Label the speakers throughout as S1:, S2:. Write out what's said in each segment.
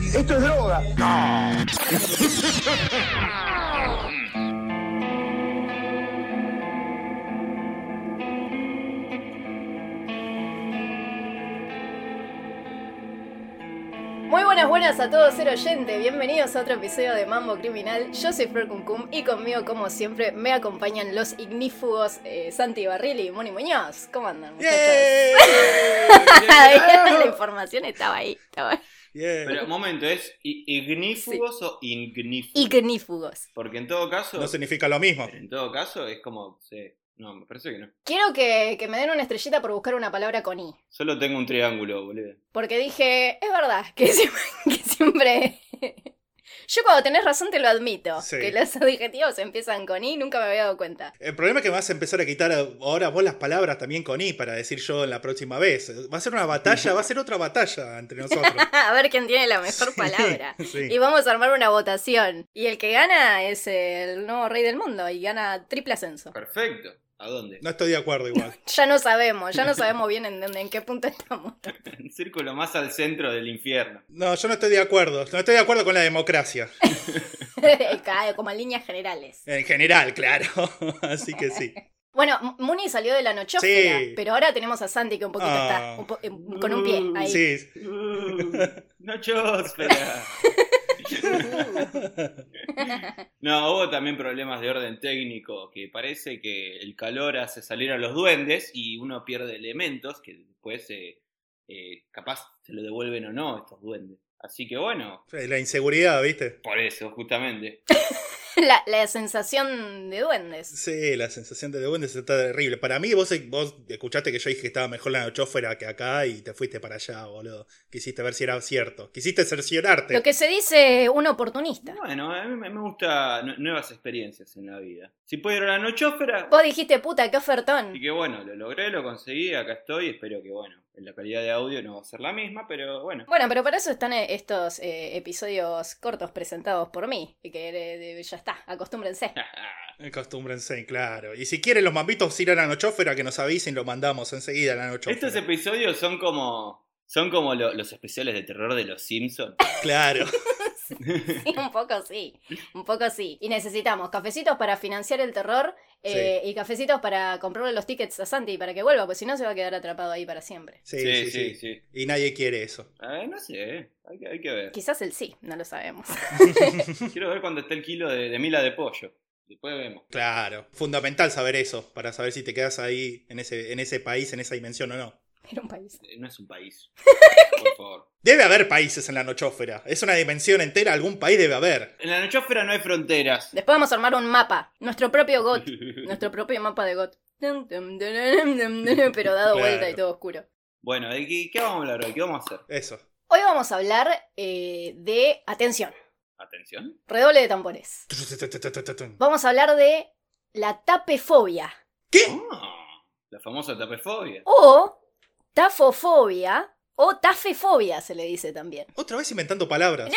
S1: Esto es droga.
S2: Muy buenas, buenas a todos, ser oyente. Bienvenidos a otro episodio de Mambo Criminal. Yo soy Flor Cuncum y conmigo, como siempre, me acompañan los ignífugos eh, Santi Barril y Moni Muñoz. ¿Cómo andan, muchachos? la información estaba ahí. Estaba ahí.
S3: Yeah.
S4: Pero un momento, ¿es i- ignífugos o ignífugos?
S2: Ignífugos.
S4: Porque en todo caso,
S3: No significa lo mismo.
S4: en todo caso es como, sí, no, me parece que no.
S2: Quiero que, que me den una estrellita por buscar una palabra con I.
S4: Solo tengo un triángulo, boludo.
S2: Porque dije, es verdad, que siempre... Que siempre... Yo cuando tenés razón te lo admito.
S3: Sí.
S2: Que los adjetivos empiezan con I, nunca me había dado cuenta.
S3: El problema es que me vas a empezar a quitar ahora vos las palabras también con I para decir yo en la próxima vez. Va a ser una batalla, va a ser otra batalla entre nosotros.
S2: Ah, a ver quién tiene la mejor palabra.
S3: Sí.
S2: Y vamos a armar una votación. Y el que gana es el nuevo rey del mundo y gana triple ascenso.
S4: Perfecto. ¿A dónde?
S3: No estoy de acuerdo igual.
S2: Ya no sabemos, ya no sabemos bien en, dónde- en qué punto estamos.
S4: Un círculo más al centro del infierno.
S3: No, yo no estoy de acuerdo. No estoy de acuerdo con la democracia.
S2: Claro, Como en líneas generales.
S3: En general, claro. Así que sí.
S2: Bueno, M- Muni salió de la nochófera,
S3: Sí.
S2: pero ahora tenemos a Santi que un poquito
S3: Ah.
S2: está un po- eh, con un pie ahí.
S3: Sí.
S4: no chósfera. No, hubo también problemas de orden técnico, que parece que el calor hace salir a los duendes y uno pierde elementos que después eh, eh, capaz se lo devuelven o no estos duendes. Así que bueno,
S3: La inseguridad, ¿viste?
S4: por eso, justamente.
S2: La, la sensación de duendes.
S3: Sí, la sensación de duendes está terrible. Para mí, vos, vos escuchaste que yo dije que estaba mejor la nochófera que acá y te fuiste para allá, boludo. Quisiste ver si era cierto. Quisiste cerciorarte.
S2: Lo que se dice un oportunista.
S4: Bueno, a mí me me gusta nu- nuevas experiencias en la vida. Si puedo ir a la nochófera,
S2: Vos dijiste, puta, qué ofertón.
S4: Así que bueno, lo logré, lo conseguí, acá estoy, espero que bueno, la calidad de audio no va a ser la misma, pero bueno.
S2: Bueno, pero para eso están eh, estos eh, episodios cortos presentados por mí. Y que eh, de- ya está, acostúmbrense.
S3: Acostúmbrense, Eh, claro. Y si quieren los mambitos ir a la nochófera, que nos avisen, lo mandamos enseguida a la nochófera.
S4: Estos episodios son como son como lo- los especiales de terror de los Simpsons.
S3: Claro.
S2: Sí, un poco sí, un poco sí. Y necesitamos cafecitos para financiar el terror eh, y cafecitos para comprarle los tickets a Santi para que vuelva, porque si no se va a quedar atrapado ahí para siempre.
S3: Sí sí, sí, Y nadie quiere eso.
S4: Eh, no sé, hay que, hay que ver.
S2: Quizás el sí, no lo sabemos.
S4: Quiero ver cuando esté el kilo de, de mila de pollo. Después vemos.
S3: Claro. Fundamental saber eso, para saber si te quedas ahí, en ese, en ese país, en esa dimensión o no.
S2: Era un país.
S4: Eh, No es un país. Por favor.
S3: Debe haber países en la nochófera. Es una dimensión entera, algún país debe haber.
S4: En la nochófera no hay fronteras.
S2: Después vamos a armar un mapa, nuestro propio GOT, nuestro propio mapa de GOT. Dum, dum, dum, dum, dum, Pero dado vuelta
S3: Claro.
S2: y todo oscuro.
S4: Bueno, ¿de qué, qué vamos a hablar hoy? ¿Qué vamos a hacer?
S3: Eso.
S2: Hoy vamos a hablar eh, de. Atención,
S4: Atención.
S2: redoble de tambores. Vamos a hablar de la tapefobia
S4: Ah, la famosa tapefobia.
S2: o tafofobia o tafefobia se le dice también.
S3: Otra vez inventando palabras.
S2: No.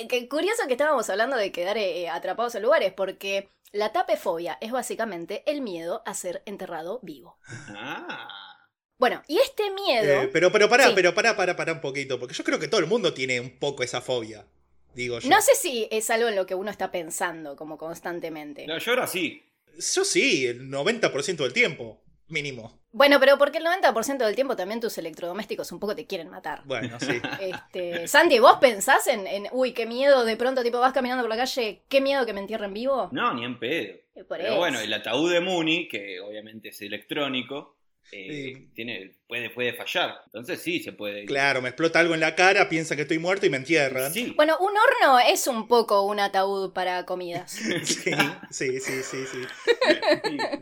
S2: Eh, que curioso que estábamos hablando de quedar eh, atrapados en lugares porque la tapefobia es básicamente el miedo a ser enterrado vivo.
S4: Ah.
S2: Bueno, y este miedo
S3: Eh, pero, pero pará,
S2: Sí.
S3: pero pará, pará, pará un poquito. Porque yo creo que todo el mundo tiene un poco esa fobia. Digo yo.
S2: no sé si es algo en lo que uno está pensando como constantemente.
S4: No, yo ahora sí.
S3: Yo sí, el 90% del tiempo, mínimo.
S2: Bueno, pero porque el 90% del tiempo también tus electrodomésticos un poco te quieren matar.
S3: Bueno, sí.
S2: Este, Santi, ¿vos pensás en, en, uy, qué miedo, de pronto, tipo, vas caminando por la calle, qué miedo que me entierren vivo?
S4: No, ni en pedo.
S2: Eh, Por
S4: Pero
S2: eso.
S4: bueno, el ataúd de Muni, que obviamente es electrónico, eh,
S3: Sí.
S4: tiene, puede, puede fallar. Entonces sí, se puede.
S3: Claro, me explota algo en la cara, piensa que estoy muerto y me entierran.
S4: Sí.
S2: Bueno, un horno es un poco un ataúd para comidas.
S3: Sí, sí, sí, sí, sí.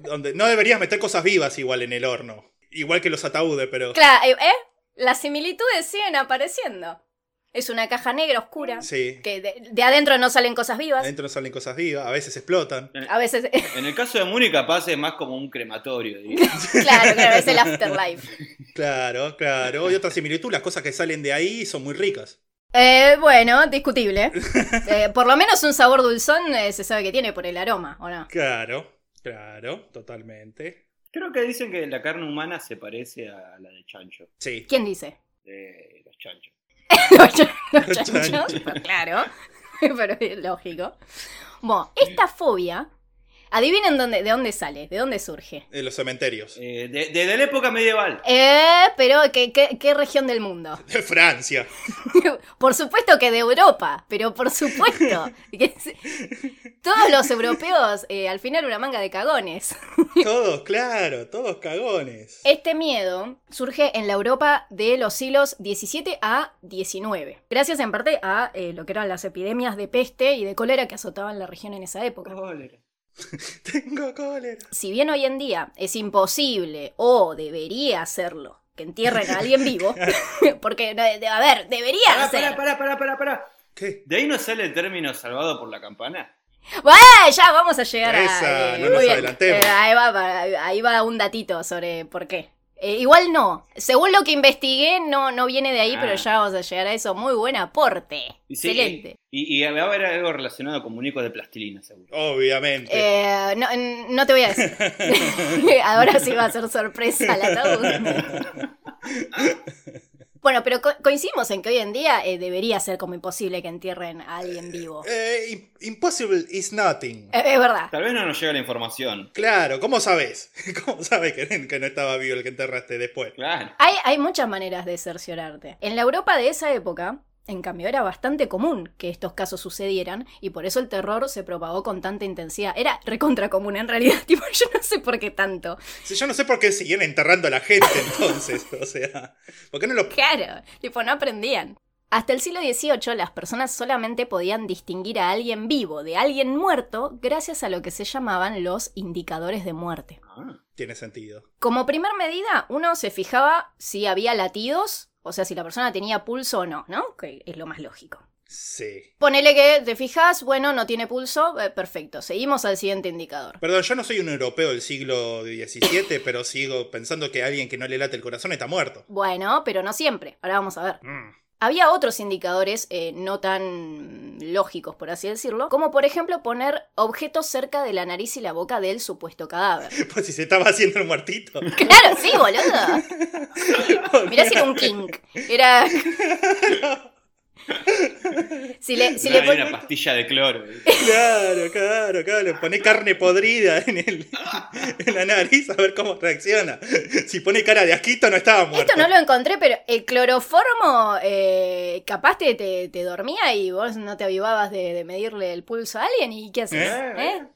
S3: Donde no deberías meter cosas vivas igual en el horno. Igual que los ataúdes, pero.
S2: claro, eh, ¿eh? Las similitudes siguen apareciendo. Es una caja negra oscura,
S3: Sí.
S2: que de, de adentro no salen cosas vivas,
S3: Adentro no salen cosas vivas, a veces explotan.
S2: a veces,
S4: En el caso de Muni, capaz es más como un crematorio. diría.
S2: claro, claro, es el afterlife.
S3: Claro, claro. Y otra similitud, las cosas que salen de ahí son muy ricas.
S2: Eh, bueno, discutible. Eh, por lo menos un sabor dulzón eh, se sabe que tiene por el aroma, ¿o no?
S3: Claro, claro, totalmente.
S4: Creo que dicen que la carne humana se parece a la de chancho,
S3: Sí.
S2: ¿Quién dice?
S4: de los chanchos.
S2: chanchos, pues claro, pero es lógico. Bueno, esta fobia, adivinen dónde, de dónde sale, de dónde surge.
S3: En los cementerios.
S4: Eh, de- desde la época medieval.
S2: Eh, pero ¿qué, qué, qué región del mundo?
S3: De Francia.
S2: Por supuesto que de Europa, pero por supuesto. que es- Todos los europeos, eh, al final una manga de cagones.
S3: Todos, claro, todos cagones.
S2: Este miedo surge en la Europa de los siglos XVII a XIX, gracias en parte a eh, lo que eran las epidemias de peste y de cólera que azotaban la región en esa época.
S4: Cólera.
S3: Tengo cólera.
S2: Si bien hoy en día es imposible o debería hacerlo que entierren a alguien vivo, porque, eh, a ver, debería
S4: Pará,
S2: hacer.
S4: pará, pará, pará, pará, pará.
S3: ¿Qué?
S4: ¿De ahí no sale el término salvado por la campana?
S2: ¡Bah! Ya vamos a llegar a.
S3: Esa, no
S2: muy
S3: nos
S2: bien.
S3: adelantemos.
S2: Eh, ahí, va, va- ahí va un datito sobre por qué. Eh, igual no. Según lo que investigué, no, no viene de ahí,
S4: Ah.
S2: pero ya vamos a llegar a eso. Muy buen aporte.
S4: Y sí,
S2: Excelente.
S4: Y, y va a haber algo relacionado con muñecos de plastilina, seguro.
S3: Obviamente.
S2: Eh, no, no te voy a decir. Ahora sí va a ser sorpresa la ataúd. Bueno, pero co- coincidimos en que hoy en día eh, debería ser como imposible que entierren a alguien vivo.
S3: Eh, im- impossible is nothing.
S2: Eh, es verdad.
S4: Tal vez no nos llega la información.
S3: Claro, ¿cómo sabes? ¿Cómo sabes que, que no estaba vivo el que enterraste después?
S4: Claro.
S2: Hay, hay muchas maneras de cerciorarte. En la Europa de esa época, en cambio, era bastante común que estos casos sucedieran y por eso el terror se propagó con tanta intensidad. Era recontra común en realidad, tipo, yo no sé por qué tanto.
S3: Si yo no sé por qué siguen enterrando a la gente entonces, o sea, ¿por qué no lo
S2: Claro, tipo, no aprendían. Hasta el siglo XVIII las personas solamente podían distinguir a alguien vivo de alguien muerto gracias a lo que se llamaban los indicadores de muerte.
S4: Ah,
S3: tiene sentido?
S2: Como primer medida, uno se fijaba si había latidos, o sea, si la persona tenía pulso o no, ¿no? Que es lo más lógico.
S3: Sí.
S2: Ponele que te fijas, bueno, no tiene pulso, eh, perfecto. Seguimos al siguiente indicador.
S3: Perdón, yo no soy un europeo del siglo XVII, pero sigo pensando que alguien que no le late el corazón está muerto.
S2: Bueno, pero no siempre. Ahora vamos a ver.
S3: Mm.
S2: Había otros indicadores eh, no tan lógicos, por así decirlo, como por ejemplo poner objetos cerca de la nariz y la boca del supuesto cadáver.
S3: Pues si se estaba haciendo el muertito.
S2: Claro, sí, boludo. Mirá si era un kink. Era... Si le, si
S4: no,
S2: le
S4: hay
S2: pon-
S4: una pastilla de cloro.
S3: Claro, claro, claro. Poné carne podrida en, el, en la nariz a ver cómo reacciona. Si pone cara de asquito, no estaba muerto.
S2: Esto no lo encontré, pero el cloroformo eh, capaz te, te, te dormía y vos no te avivabas de, de medirle el pulso a alguien y ¿qué haces? ¿Eh?
S4: Eh,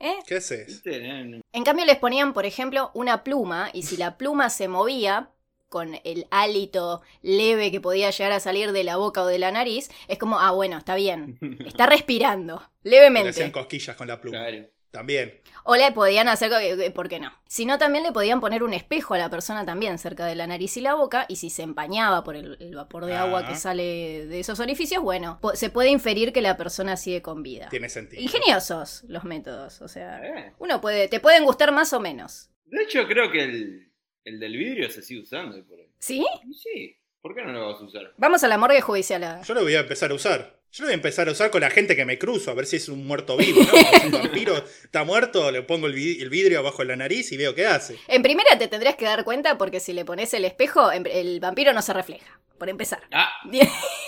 S2: ¿Eh?
S3: ¿Qué haces?
S4: ¿Viste? No, no.
S2: En cambio les ponían, por ejemplo, una pluma y si la pluma se movía con el hálito leve que podía llegar a salir de la boca o de la nariz, es como, ah, bueno, está bien, está respirando,
S3: Le hacían
S2: levemente.
S3: cosquillas con la pluma.
S4: Claro.
S3: También.
S2: O le podían hacer, co- eh, ¿por qué no? Si no, también le podían poner un espejo a la persona también cerca de la nariz y la boca, y si se empañaba por el, el vapor de agua
S3: Ah.
S2: que sale de esos orificios, bueno, po- se puede inferir que la persona sigue con vida.
S3: Tiene sentido.
S2: Ingeniosos los métodos, o sea,
S4: Eh,
S2: uno puede, te pueden gustar más o menos.
S4: De hecho, creo que el, el del vidrio se sigue usando. hoy Por ahí.
S2: ¿Sí?
S4: Y Sí, ¿por qué no lo vas a usar?
S2: Vamos a la morgue judicial. a-
S3: Yo lo voy a empezar a usar. Yo lo voy a empezar a usar con la gente que me cruzo, a ver si es un muerto vivo. ¿no? Si un vampiro está muerto, le pongo el, vi- el vidrio abajo de la nariz y veo qué hace.
S2: En primera te tendrías que dar cuenta porque si le pones el espejo, em- el vampiro no se refleja, por empezar.
S4: Ah,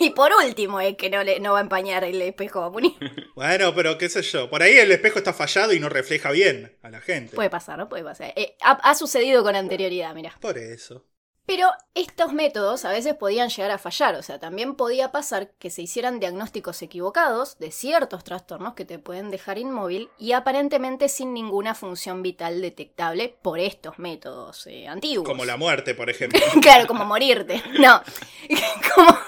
S2: Y por último es que no, le, no va a empañar el espejo. Muni.
S3: Bueno, pero qué sé yo. Por ahí el espejo está fallado y no refleja bien a la gente.
S2: Puede pasar, ¿no? Puede pasar. Eh, ha, ha sucedido con anterioridad, mira.
S3: Por eso.
S2: Pero estos métodos a veces podían llegar a fallar, o sea, también podía pasar que se hicieran diagnósticos equivocados de ciertos trastornos que te pueden dejar inmóvil y aparentemente sin ninguna función vital detectable por estos métodos eh, antiguos.
S3: Como la muerte, por ejemplo.
S2: Claro, como morirte. No. Como,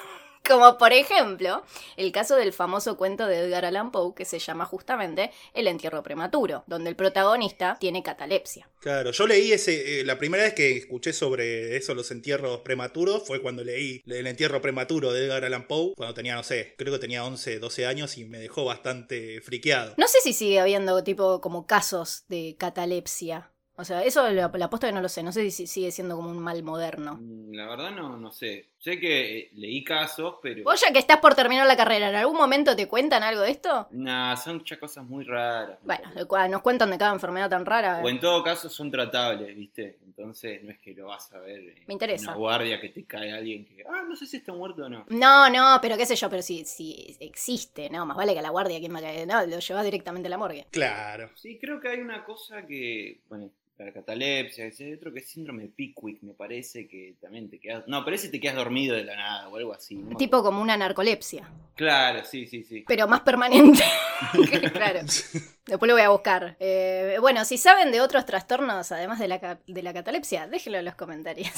S2: como por ejemplo, el caso del famoso cuento de Edgar Allan Poe que se llama justamente El entierro prematuro, donde el protagonista tiene catalepsia.
S3: Claro, yo leí ese. eh, la primera vez que escuché sobre eso, los entierros prematuros, fue cuando leí el entierro prematuro de Edgar Allan Poe, cuando tenía, no sé, creo que tenía 11, 12 años y me dejó bastante friqueado.
S2: No sé si sigue habiendo tipo como casos de catalepsia. O sea, eso la, la aposta que no lo sé, no sé si sigue siendo como un mal moderno.
S4: mm, la verdad no, no sé. Sé que eh, leí casos, pero.
S2: Vos ya que estás por terminar la carrera, ¿en algún momento te cuentan algo de esto?
S4: Nah, son ya cosas muy raras.
S2: Bueno, lo cual nos cuentan de cada enfermedad tan rara.
S4: O en todo caso son tratables, ¿viste? Entonces no es que lo vas a ver. eh,
S2: Me interesa.
S4: Una guardia que te cae alguien que. Ah, no sé si está muerto o no.
S2: No, no, pero qué sé yo, pero si, si existe, no, más vale que a la guardia, ¿quién va a caer? No, lo llevas directamente a la morgue.
S3: Claro.
S4: Sí, creo que hay una cosa que. Bueno, la catalepsia, que hay otro que es síndrome de Pickwick, me parece que también te quedas. No, parece que te quedas dormido de la nada o algo así. ¿no?
S2: Tipo como una narcolepsia,
S4: Claro, sí, sí, sí.
S2: pero más permanente. claro. Después lo voy a buscar. Eh, bueno, si saben de otros trastornos, además de la, ca- de la catalepsia, déjenlo en los comentarios.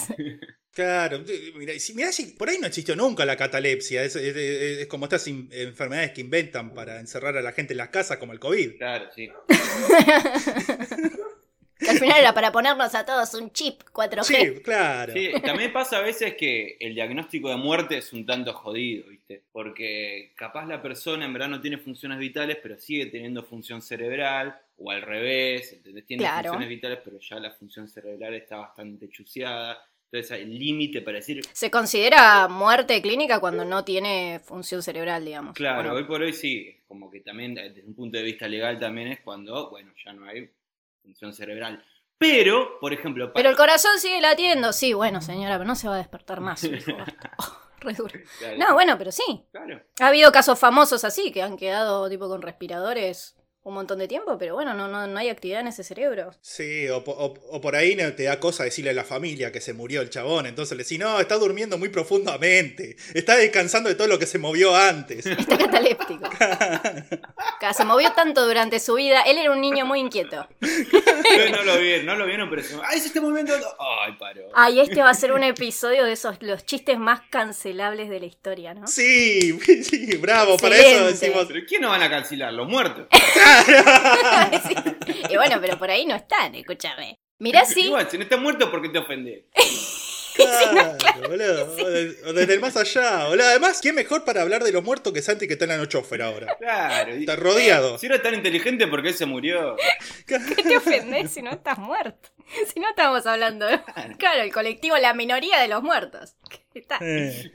S3: Claro, eh, mirá, y si, mirá si- por ahí no existió nunca la catalepsia, es, es- es- es como estas in- enfermedades que inventan para encerrar a la gente en las casas como el COVID.
S4: Claro, sí.
S2: Que al final era para ponernos a todos un chip 4G.
S3: Sí, claro.
S4: Sí, también pasa a veces que el diagnóstico de muerte es un tanto jodido, ¿viste? Porque capaz la persona en verdad no tiene funciones vitales, pero sigue teniendo función cerebral, o al revés, ¿entendés? Tiene
S2: Claro.
S4: funciones vitales, pero ya la función cerebral está bastante chuseada. Entonces el límite para decir,
S2: Se considera muerte clínica cuando no tiene función cerebral, digamos.
S4: claro,
S2: Bueno,
S4: hoy por hoy sí, es como que también desde un punto de vista legal también es cuando, bueno, ya no hay función cerebral. Pero, por ejemplo, pa-
S2: Pero el corazón sigue latiendo. Sí, bueno, señora, pero no se va a despertar más. por favor. Oh, re duro.
S4: Claro,
S2: No, bueno, pero sí.
S4: claro.
S2: Ha habido casos famosos así que han quedado tipo con respiradores un montón de tiempo, pero bueno, no, no, no hay actividad en ese cerebro.
S3: Sí, o, po- o- o por ahí no te da cosa decirle a la familia que se murió el chabón, entonces le decís, no, está durmiendo muy profundamente, está descansando de todo lo que se movió antes.
S2: Está cataléptico. Claro, se movió tanto durante su vida. Él era un niño muy inquieto.
S4: Ustedes no lo vieron, no lo vieron, pero se- ¡Ay, se está moviendo! ¡Ay, paró!
S2: Ay, este va a ser un episodio de esos los chistes más cancelables de la historia, ¿no?
S3: Sí, sí, bravo, para eso
S2: Excelente.
S3: decimos...
S4: ¿Pero quién no van a cancelar? ¿Los muertos?
S2: Eh, Sí. Y bueno, pero por ahí no están, escúchame. Mirá si
S4: Igual, si no está muerto, ¿por qué te ofendes?
S3: Claro, boludo, o de- o desde el más allá, boludo. Además, ¿qué mejor para hablar de los muertos que Santi que está en la nochósfera ahora?
S4: Claro. y-
S3: Está rodeado.
S4: Si era tan inteligente, ¿por qué se murió?
S2: ¿Qué te ofendés si no estás muerto? Si no estamos hablando. de- Claro, el colectivo, la minoría de los muertos. ¿Qué tal?
S3: Eh.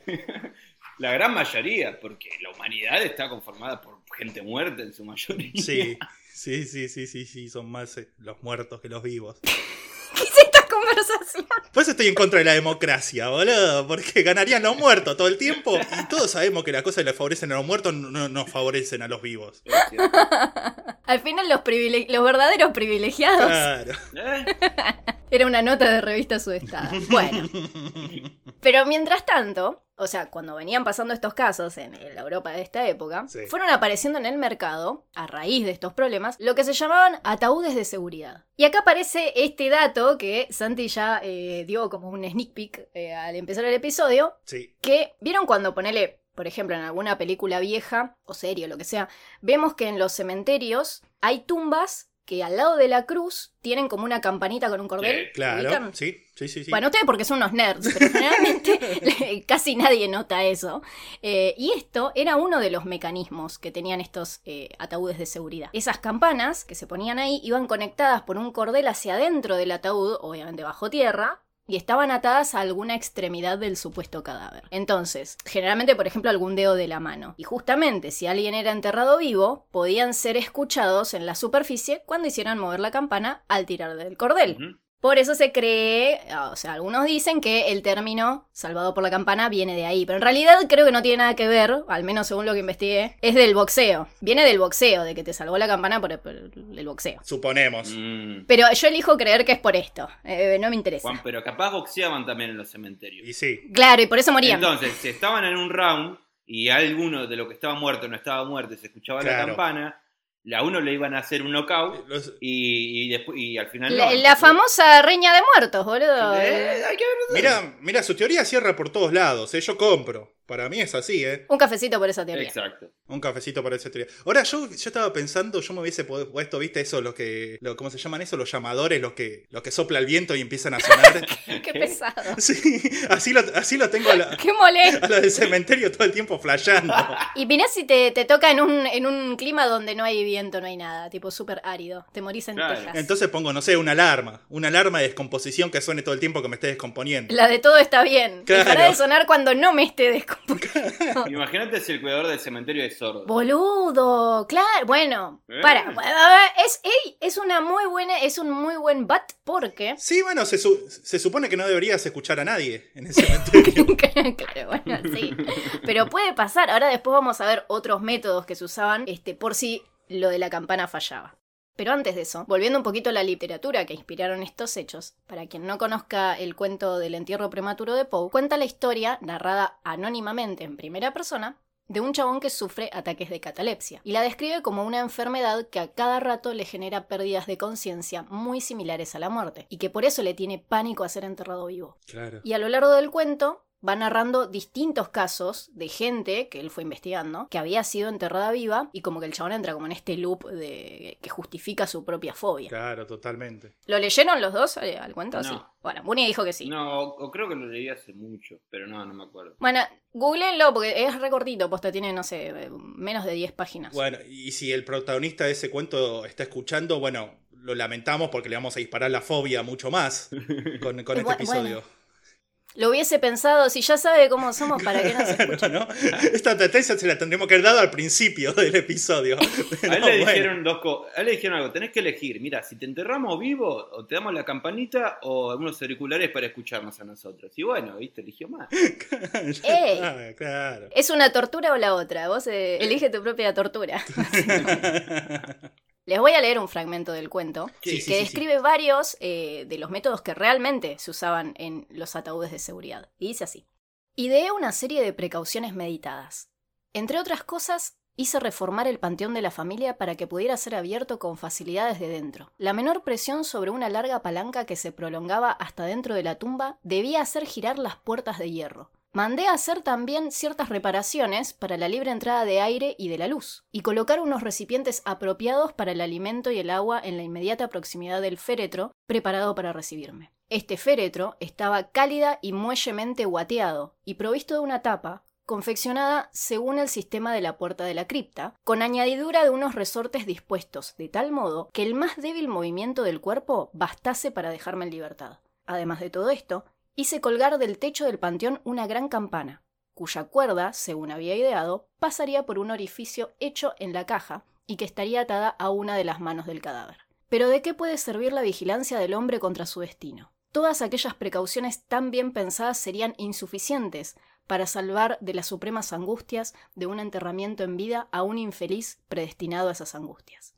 S4: La gran mayoría, porque la humanidad está conformada por gente muerta en su mayoría.
S3: Sí, sí, sí, sí, sí, sí, son más eh, los muertos que los vivos.
S2: ¿Qué es esta conversación?
S3: Por eso Pues estoy en contra de la democracia, boludo, porque ganarían los muertos todo el tiempo y todos sabemos que las cosas que le favorecen a los muertos no no- no favorecen a los vivos.
S2: Al final, los, privile- los verdaderos privilegiados.
S3: Claro.
S4: ¿Eh?
S2: Era una nota de revista sudestada. Bueno, pero mientras tanto, o sea, cuando venían pasando estos casos en, en la Europa de esta época,
S3: Sí.
S2: fueron apareciendo en el mercado, a raíz de estos problemas, lo que se llamaban ataúdes de seguridad. Y acá aparece este dato que Santi ya eh, dio como un sneak peek eh, al empezar el episodio,
S3: Sí,
S2: que vieron cuando ponele, por ejemplo, en alguna película vieja o serie o lo que sea, vemos que en los cementerios hay tumbas que al lado de la cruz tienen como una campanita con un cordel.
S3: claro.
S2: ¿Ubican?
S3: Sí, sí, sí. sí.
S2: Bueno, ustedes porque son unos nerds, pero generalmente casi nadie nota eso. Eh, y esto era uno de los mecanismos que tenían estos eh, ataúdes de seguridad. Esas campanas que se ponían ahí iban conectadas por un cordel hacia adentro del ataúd, obviamente bajo tierra. Y estaban atadas a alguna extremidad del supuesto cadáver. Entonces, generalmente, por ejemplo, algún dedo de la mano. Y justamente, si alguien era enterrado vivo, podían ser escuchados en la superficie cuando hicieran mover la campana al tirar del cordel.
S4: Ujú.
S2: Por eso se cree, o sea, algunos dicen que el término salvado por la campana viene de ahí, pero en realidad creo que no tiene nada que ver, al menos según lo que investigué, es del boxeo. Viene del boxeo, de que te salvó la campana por el, por el boxeo.
S3: Suponemos.
S4: Mm.
S2: Pero yo elijo creer que es por esto, eh, no me interesa.
S4: Juan, pero capaz boxeaban también en los cementerios.
S3: Y sí.
S2: Claro, y por eso morían.
S4: Entonces, si estaban en un round y alguno de los que estaba muerto no estaba muerto y se escuchaba la
S3: Claro.
S4: campana, a uno le iban a hacer un knockout
S3: Los-
S4: y, y, después, y al final.
S2: la,
S4: no.
S2: la famosa reña de muertos, boludo.
S4: Eh, hay que ver
S3: Mira, mira, su teoría cierra por todos lados, ¿eh? yo compro. Para mí es así, ¿eh?
S2: Un cafecito por esa teoría.
S4: Exacto.
S3: Un cafecito para esa teoría. Ahora, yo, yo estaba pensando, yo me hubiese pod- puesto, viste, eso, los que. Lo, ¿Cómo se llaman eso? Los llamadores, los que, los que sopla el viento y empiezan a sonar.
S2: Qué pesado.
S3: sí, así lo, así lo tengo a la,
S2: Qué molesto.
S3: a la del cementerio todo el tiempo flasheando.
S2: Y mirá si te, te toca en un, en un clima donde no hay viento, no hay nada, tipo súper árido. Te morís en
S4: Claro.
S2: Texas.
S3: Entonces pongo, no sé, una alarma. Una alarma de descomposición que suene todo el tiempo que me esté descomponiendo.
S2: La de todo está bien.
S3: Claro.
S2: Dejará de sonar cuando no me esté descomponiendo.
S4: Imagínate si el cuidador del cementerio es sordo.
S2: Boludo, claro. Bueno,
S4: Eh.
S2: para. a ver, Es, ey, es una muy buena, es un muy buen bat porque.
S3: Sí, bueno, se, su- se supone que no deberías escuchar a nadie en el cementerio.
S2: claro, bueno, sí. Pero puede pasar. Ahora después vamos a ver otros métodos que se usaban este, por si lo de la campana fallaba. Pero antes de eso, volviendo un poquito a la literatura que inspiraron estos hechos, para quien no conozca el cuento del entierro prematuro de Poe, cuenta la historia, narrada anónimamente en primera persona, de un chabón que sufre ataques de catalepsia, y la describe como una enfermedad que a cada rato le genera pérdidas de conciencia muy similares a la muerte, y que por eso le tiene pánico a ser enterrado vivo.
S3: Claro.
S2: Y a lo largo del cuento va narrando distintos casos de gente que él fue investigando, que había sido enterrada viva y como que el chabón entra como en este loop de que justifica su propia fobia.
S3: Claro, totalmente.
S2: ¿Lo leyeron los dos eh, al cuento?
S4: No.
S2: Sí. Bueno, Muni dijo que sí.
S4: No, o, o creo que lo leí hace mucho, pero no, no me acuerdo.
S2: Bueno, googleenlo porque es recortito, posta tiene, no sé, eh, menos de 10 páginas.
S3: Bueno, y si el protagonista de ese cuento está escuchando, bueno, lo lamentamos porque le vamos a disparar la fobia mucho más con, con
S2: Eh,
S3: este
S2: bu-
S3: episodio.
S2: Lo hubiese pensado, si ya sabe cómo somos, ¿para qué nos escucha?
S3: Claro, ¿no? Esta advertencia se la tendríamos que haber dado al principio del episodio.
S4: A él,
S3: No,
S4: le
S3: bueno.
S4: dijeron dos co- a él le dijeron algo, tenés que elegir, mira, si te enterramos vivo, o te damos la campanita o algunos auriculares para escucharnos a nosotros. Y bueno, viste, eligió más.
S2: ¡Ey!
S3: Ah, claro.
S2: ¿Es una tortura o la otra? Vos eh, elige tu propia tortura. Les voy a leer un fragmento del cuento.
S3: Sí, sí,
S2: que
S3: sí, sí.
S2: describe varios eh, de los métodos que realmente se usaban en los ataúdes de seguridad. Y dice así. Ideé una serie de precauciones meditadas. Entre otras cosas, hice reformar el panteón de la familia para que pudiera ser abierto con facilidad desde dentro. La menor presión sobre una larga palanca que se prolongaba hasta dentro de la tumba debía hacer girar las puertas de hierro. Mandé a hacer también ciertas reparaciones para la libre entrada de aire y de la luz, y colocar unos recipientes apropiados para el alimento y el agua en la inmediata proximidad del féretro preparado para recibirme. Este féretro estaba cálida y muellemente guateado, y provisto de una tapa, confeccionada según el sistema de la puerta de la cripta, con añadidura de unos resortes dispuestos de tal modo que el más débil movimiento del cuerpo bastase para dejarme en libertad. Además de todo esto, hice colgar del techo del panteón una gran campana, cuya cuerda, según había ideado, pasaría por un orificio hecho en la caja y que estaría atada a una de las manos del cadáver. Pero ¿de qué puede servir la vigilancia del hombre contra su destino? Todas aquellas precauciones tan bien pensadas serían insuficientes para salvar de las supremas angustias de un enterramiento en vida a un infeliz predestinado a esas angustias.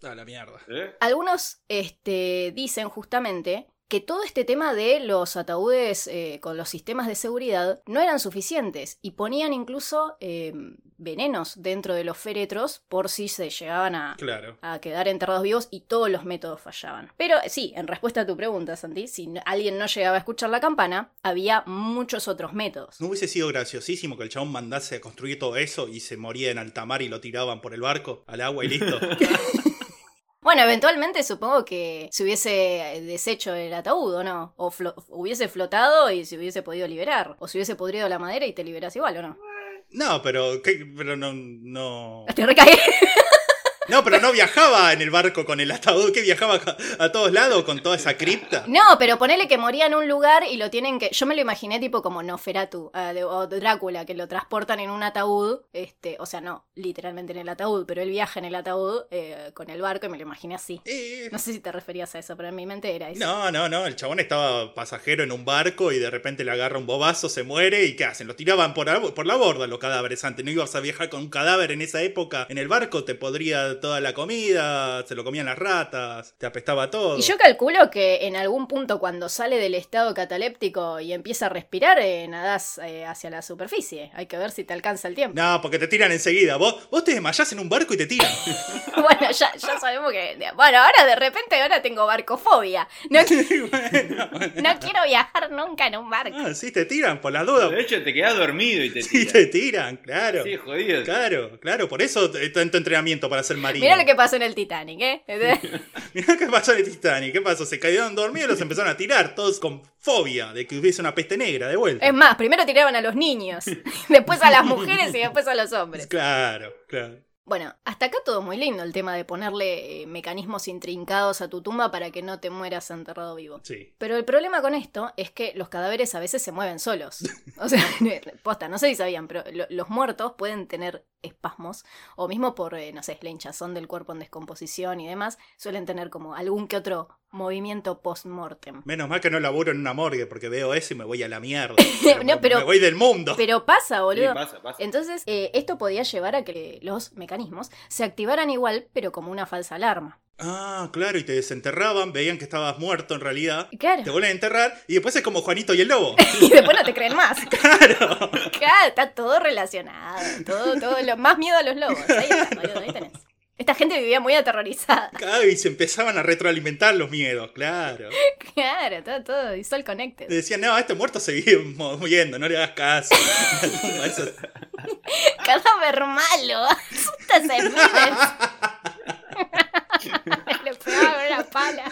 S3: A Ah, la mierda.
S4: ¿Eh?
S2: Algunos este, dicen justamente que todo este tema de los ataúdes eh, con los sistemas de seguridad no eran suficientes y ponían incluso eh, venenos dentro de los féretros por si se llegaban a,
S3: Claro.
S2: a quedar enterrados vivos y todos los métodos fallaban. Pero sí, en respuesta a tu pregunta, Santi, si n- alguien no llegaba a escuchar la campana, había muchos otros métodos.
S3: ¿No hubiese sido graciosísimo que el chabón mandase a construir todo eso y se moría en alta mar y lo tiraban por el barco al agua y listo?
S2: Bueno, eventualmente supongo que se hubiese deshecho el ataúd, ¿o no? O flo- hubiese flotado y se hubiese podido liberar. O se hubiese podrido la madera y te liberas igual, ¿o no?
S3: No, pero, ¿qué? pero no, no.
S2: Te recaí.
S3: No, pero no viajaba en el barco con el ataúd, que viajaba a- a todos lados con toda esa cripta.
S2: No, pero ponele que moría en un lugar y lo tienen que... Yo me lo imaginé tipo como Noferatu ah, de- o Drácula, que lo transportan en un ataúd. este, O sea, no, literalmente en el ataúd, pero él viaja en el ataúd eh, con el barco y me lo imaginé así.
S3: Eh,
S2: No sé si te referías a eso, pero en mi mente era eso.
S3: no, no, no, el chabón estaba pasajero en un barco y de repente le agarra un bobazo, se muere y ¿qué hacen? Lo tiraban por, la- por la borda los cadáveres antes, no ibas a viajar con un cadáver en esa época en el barco, te podría toda, toda la comida, se lo comían las ratas, te apestaba todo.
S2: Y yo calculo que en algún punto cuando sale del estado cataléptico y empieza a respirar, eh, nadás eh, hacia la superficie. Hay que ver si te alcanza el tiempo.
S3: No, porque te tiran enseguida. Vos, vos te desmayás en un barco y te tiran.
S2: bueno, ya, ya sabemos que... Bueno, ahora de repente ahora tengo barcofobia. No,
S3: Bueno, bueno.
S2: no quiero viajar nunca en un barco.
S3: Ah, sí, te tiran, por las dudas.
S4: De hecho, te quedás dormido y te
S3: Sí,
S4: tiran.
S3: te tiran, claro.
S4: Sí, jodido.
S3: Claro, claro, por eso eh, tanto entrenamiento para ser marino.
S2: Mirá lo que pasó en el Titanic, ¿eh?
S3: Mirá qué pasó en el Titanic, ¿qué pasó? Se cayeron dormidos y los empezaron a tirar, todos con fobia de que hubiese una peste negra de vuelta.
S2: Es más, primero tiraban a los niños, después a las mujeres y después a los hombres.
S3: Claro, claro.
S2: Bueno, hasta acá todo muy lindo el tema de ponerle eh, mecanismos intrincados a tu tumba para que no te mueras enterrado vivo.
S3: Sí.
S2: Pero el problema con esto es que los cadáveres a veces se mueven solos. O sea, posta, no sé si sabían, pero lo- los muertos pueden tener espasmos o mismo por, eh, no sé, la hinchazón del cuerpo en descomposición y demás, suelen tener como algún que otro movimiento post-mortem.
S3: Menos mal que no laburo en una morgue porque veo eso y me voy a la mierda.
S2: No, pero-
S3: me voy del mundo.
S2: Pero pasa,
S4: Sí,
S2: boludo.
S4: pasa, pasa.
S2: Entonces, eh, esto podía llevar a que los mecanismos se activaran igual, pero como una falsa alarma.
S3: Ah, claro, y te desenterraban, veían que estabas muerto en realidad. Te
S2: Claro.
S3: vuelven a enterrar y después es como Juanito y el lobo.
S2: Y después no te creen más.
S3: Claro.
S2: Claro, está todo relacionado. Todo, todo lo, más miedo a los lobos. Ahí está, boludo, ahí tenés. Esta gente vivía muy aterrorizada.
S3: Claro, y se empezaban a retroalimentar los miedos, claro.
S2: Claro, todo, todo. Y Sol Connected.
S3: Te decían, no, este muerto se vive mo- muriendo, no le hagas caso. Eso-
S2: Cadáver malo. Asustas a miles. Le pegaban una pala.